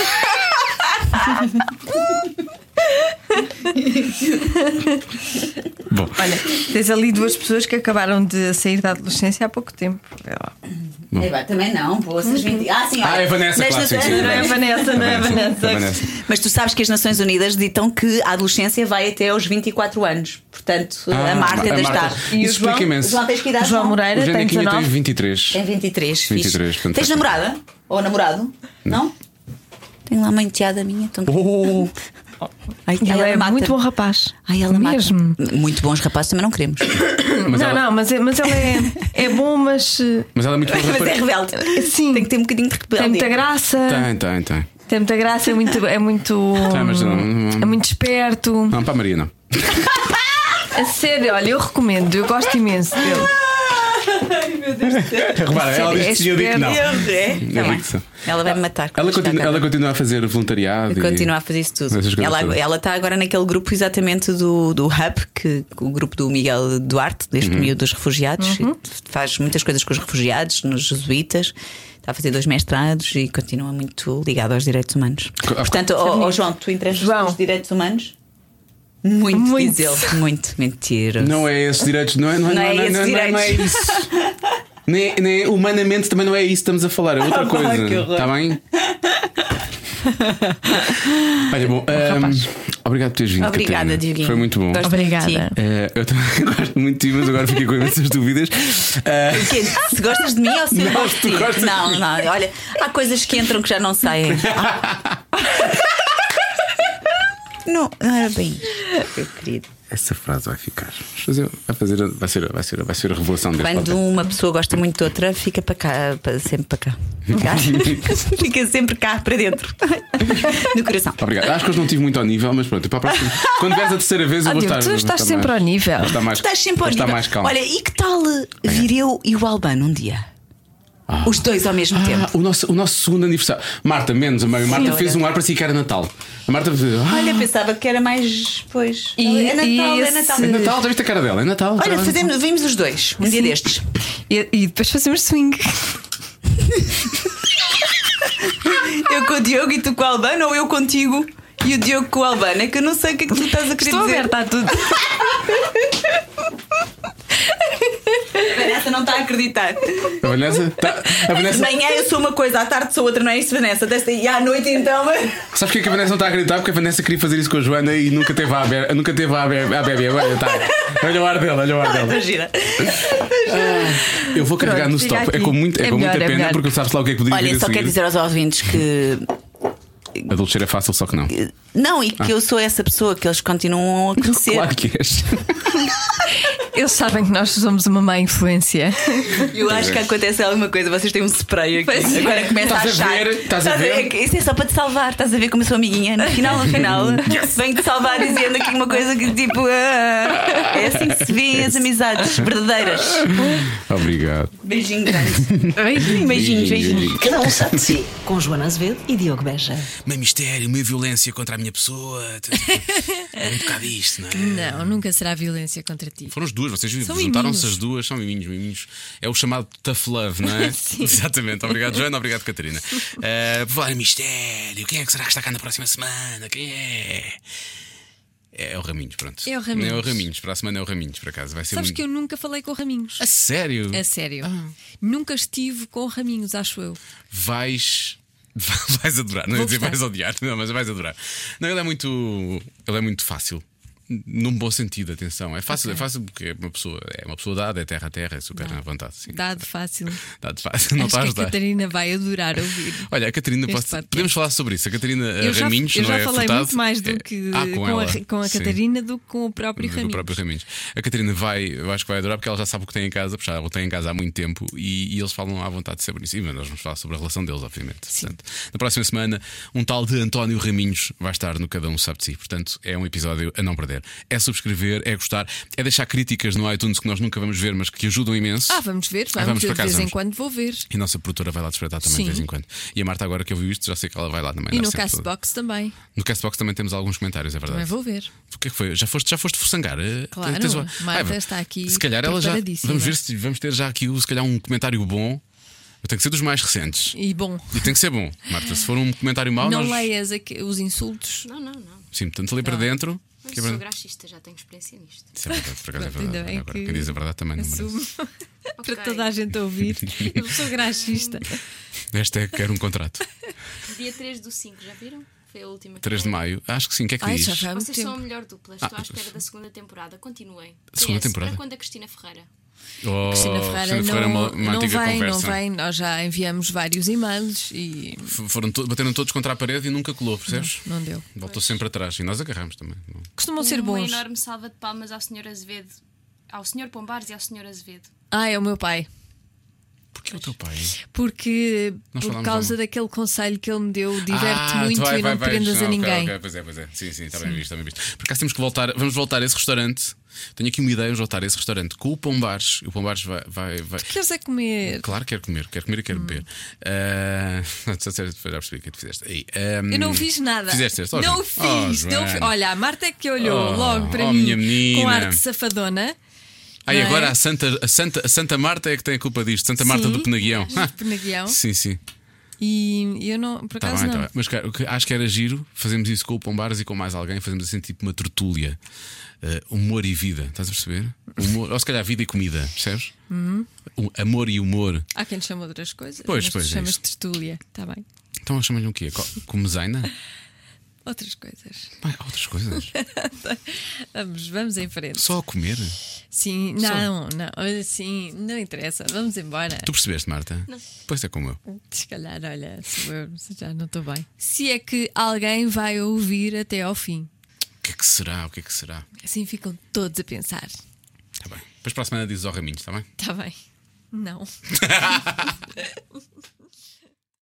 Bom, Olha, tens ali duas pessoas que acabaram de sair da adolescência há pouco tempo. É, vá, também não, poças 20. Ah, sim, olha. Ah, é Vanessa, Nas- claro, sim, sim. Não é a Vanessa, não é a Vanessa, Vanessa. Vanessa. Mas tu sabes que as Nações Unidas ditam que a adolescência vai até aos 24 anos. Portanto, Ah, a Marta ainda a está. Marta. E o Isso explica João? imenso. João, tens que idade? João João? O Moreira tem Janequinha tem 19. 23. Tem 23. fixe. 23, fantástico. Tens namorada? Ou namorado? Não? Tenho lá uma enteada minha. Tão... Oh. Ai, E Ela é mata. muito bom rapaz. Ai, ela Mesmo. mata. Muito bons rapazes também não queremos. Mas não, ela- não, mas, é- mas ela é, é bom, mas eh, Mas ela é muito boa Mas é rapariga. rebelde. Sim. Tem que ter um bocadinho de tem rebelde. muita graça. Tem, tem, tem. Tem muita graça, é muito. É muito, Tá, mas não- não- é muito esperto. Não, para a Maria não. Ah. A sério, olha, eu recomendo, eu gosto imenso dele. Ai, meu Deus do céu. É Repara, ela Sério, disse sim, eu digo que não. Eu é. Eu Tá digo bem. que sim. Ela vai me matar. Ela quando continua, chegar ela cá. continua a fazer voluntariado. e- Continua a fazer isso tudo. Essas coisas Ela, todas. ela está agora naquele grupo exatamente do, do Hub, que, o grupo do Miguel Duarte, deste Uhum. meio dos refugiados, Uhum. e faz muitas coisas com os refugiados, nos jesuítas, está a fazer dois mestrados e continua muito ligado aos direitos humanos. Co- ah, Portanto, ó- ó João, tu entras João. nos direitos humanos? Muito, Muito. diz ele, muito mentira. Não é esses direitos, não é? Não é, Não é esses não é, não é direitos. isso. Nem, nem- humanamente também não é isso que estamos a falar, é outra Ah, pá, coisa. que horror. Está bem? Olha, bom, ahm, obrigado por teres vindo. Obrigada, Catarina. Dioguinho. Foi muito bom. Gosto de Obrigada. ti. Eh, eu também gosto muito de ti, mas agora fiquei com imensas dúvidas. Eh, O quê? Ah, Se gostas de mim é ou se eu Não, gosto tu de gostas ti? de Não, mim. não, olha, há coisas que entram que já não saem. Não, não era bem. isso, Meu querido. essa frase vai ficar. Vamos fazer- Vai, fazer, vai, ser, vai, ser, vai ser a revelação deste Quando podcast. uma pessoa gosta muito de outra, fica para cá, para- sempre para cá. Cá. fica sempre cá para dentro. No coração. Obrigado. Acho que hoje não estive muito ao nível, mas pronto, para a próxima. Quando vieres a terceira vez, eu Ah, vou Diogo, estar. tu vou estás estar sempre mais- ao nível. vou estar mais- Estás sempre vou ao estar nível. mais calmo. Olha, e que tal eh, vir eu e o Albano um dia? Os dois ao mesmo Ah, tempo. o, nosso, o nosso segundo aniversário. Marta, menos a Maria. Marta olha. fez um ar para si que era Natal. A Marta fez. Ah, Olha, pensava que era mais. Pois. E- é Natal, e é Natal. é esse- Natal, já viste a cara dela? É Natal. Olha, já- fazemos, vimos os dois, um dia destes. E, e depois fazemos swing. Eu com o Diogo e tu com o Albano, ou eu contigo e o Diogo com o Albano? É que eu não sei o que é que tu estás a querer Estou dizer. aberta a tudo. A Vanessa não está a acreditar. A Vanessa. tá- a De Vanessa manhã eu sou uma coisa, à tarde sou outra, não é isso, Vanessa? Desta- E à noite então. sabes porquê que a Vanessa não está a acreditar? Porque a Vanessa queria fazer isso com a Joana e nunca teve a be... nunca teve a, be... a bebê. Olha, tá. olha o ar dela, olha o ar dela. Imagina. Eu vou carregar Pronto, no fica stop. É aqui. com, muito, é É com melhor, muita é pena, melhor. porque sabes lá o que é que podia vir Olha, a só seguir. quero dizer aos ouvintes que. Adolescer é fácil, só que não. Não, e que eu sou essa pessoa que eles continuam a conhecer. Ah. Claro que és. Eles sabem que nós somos uma má influência. Eu acho que acontece alguma coisa, vocês têm um spray aqui. Pois é. Agora começa a Estás a achar. ver? Estás a ver? que Isso é só para te salvar, estás a ver como eu sou amiguinha. No final, no final, venho te salvar dizendo aqui uma coisa que tipo. ah, é assim que se vê as amizades verdadeiras. Obrigado. Beijinho grande. Beijinho, Beijinhos, beijinhos. Cada um sabe de si. Com Joana Azevedo e Diogo Beja. Meio mistério, meio violência contra a minha pessoa. É um bocado isto, não é? Não, nunca será violência contra ti. Foram as duas, vocês São juntaram-se miminhos. as duas, são miminhos, miminhos. É o chamado tough love, não é? Sim. Exatamente. Obrigado, Joana, obrigado, Catarina. Uh, por falar em mistério, quem é que será que está cá na próxima semana? Quem é? É o Raminhos, pronto. É o Raminhos. É o Raminhos, para a semana é o Raminhos, por acaso. Vai ser Sabes um- que eu É. nunca falei com o Raminhos. A sério? A sério. Ah. Nunca estive com o Raminhos, acho eu. vais. Vais adorar, não ia Vou dizer gostar. vais odiar, não, mas vais adorar. Não, ele é muito. Ele é muito fácil. Num bom sentido, atenção. É fácil, é fácil porque é uma pessoa, é uma pessoa dada, é terra a terra, é super à vontade. Sim. Dado fácil. Dá de fácil, não acho está a que a ajudar. Catarina vai adorar ouvir. Olha, a Catarina, Este posso- podcast. podemos falar sobre isso. A Catarina eh, eu já, Raminhos, eu não já é? falei Furtado, muito mais é- do que Ah, com, com, ela. a, com a Sim. Catarina do que com o próprio Do Raminhos. próprio Raminhos. A Catarina vai, eu acho que vai adorar porque ela já sabe o que tem em casa, porque já o tem em casa há muito tempo e, e eles falam à vontade sobre isso. E mas nós vamos falar sobre a relação deles, obviamente. Portanto, na próxima semana, um tal de António Raminhos vai estar no Cada Um Sabe de Si. Portanto, é um episódio a não perder. É subscrever, é gostar, é deixar críticas no iTunes que nós nunca vamos ver, mas que ajudam imenso. Ah, vamos ver, Ah, vamos, vamos eu para de casa, vez em vamos. quando vou ver. E a nossa produtora vai lá espreitar também de Sim. vez em quando. E a Marta, agora que ouviu isto, já sei que ela vai lá também. E dar no sempre toda. Castbox também. No Castbox também temos alguns comentários, é verdade. Também vou ver. O que é que foi? Já foste, já foste forçangar? Eh, Claro, tens uma- Marta está aqui Se calhar ela já. preparadíssima. Vamos ver se vamos ter já aqui, se calhar, um comentário bom. Tem que ser dos mais recentes. E bom, E tem que ser bom, Marta. Se for um comentário mau, não nós. leias aqu- os insultos. Não, não, não. Sim, portanto, lê para dentro. Mas Que é sou verdade. graxista, já tenho experiência nisto. Isso é verdade, por acaso é Pronto, ainda verdade. bem Agora, que quem diz a verdade também não merece. Assumo para Ok. toda a gente ouvir. Eu sou graxista. Esta é que quero um contrato. Dia 3 do 5, já viram? Foi a última. que 3 de veio. maio. Acho que sim, o que é que Ai, diz? já vai há muito Vocês são a tempo. melhor dupla. Estou à espera da segunda temporada. Continuem. Segunda PS, temporada? Para quando a Cristina Ferreira? Oh, Cristina Ferreira, Ferreira é não, uma, uma não antiga vem, não conversa. vem. Nós já enviamos vários e-mails e F- Foram to- bateram todos contra a parede e nunca colou, percebes? não deu. Voltou sempre atrás. E nós agarramos também. não? Costumam ser Uma bons. Um enorme salva de palmas ao Sr. Azevedo. Ao Sr. Pombares e ao Sr. Azevedo. Ah, é o meu pai. Porquê o teu pai? Porque Nós por falámos causa há- daquele conselho que ele me deu, diverte Ah, muito vai, e vai, não vai. prendas a ok, ninguém. ok, pois é, pois é. Sim, sim, está bem visto, está bem visto. Por acaso temos que voltar, vamos voltar a esse restaurante. Tenho aqui uma ideia, vamos voltar a esse restaurante com o Pombares. O Pombares vai. vai, vai- Queres é comer? Claro, quero comer, quero comer e Hum. quero beber. Ah, não, só sério, já percebi o que é que tu fizeste. Aí, ah, Eu não fiz nada. Fizeste este, ó, Joana. não Ó, fiz. não Joana. fi- Olha, a Marta é que olhou Oh, logo para oh, mim minha menina. com ar de safadona. Ai, não é? agora a Santa, a, Santa, a Santa Marta é que tem a culpa disto. Santa Marta Sim, do Penaguião. do Penaguião. sim, sim. E eu não, por Tá acaso bem, tá não. bem. Mas cara, o que acho que era giro, fazemos isso com o Pombares e com mais alguém, fazemos assim tipo uma tertúlia. Eh, humor e vida, estás a perceber? Humor, ou se calhar vida e comida, percebes? O amor e humor. Há quem lhe chama outras coisas. Pois, mas pois, tu é chamas isso. de tertúlia. Está bem. Então chamam-lhe o quê? Co- Comezaina? Outras coisas. Pai, outras coisas. Vamos, vamos em frente. Só a comer. Sim, não, não, sim, não interessa. Vamos embora. Tu percebeste, Marta? Não. Pois é como eu. Se calhar, olha, sou eu, já não estou bem. Se é que alguém vai ouvir até ao fim. O que é que será? O que é que será? Tá Assim ficam todos a pensar. Está tá Tá bem. Depois para a semana dizes ao Raminhos, está bem? Está bem. Não.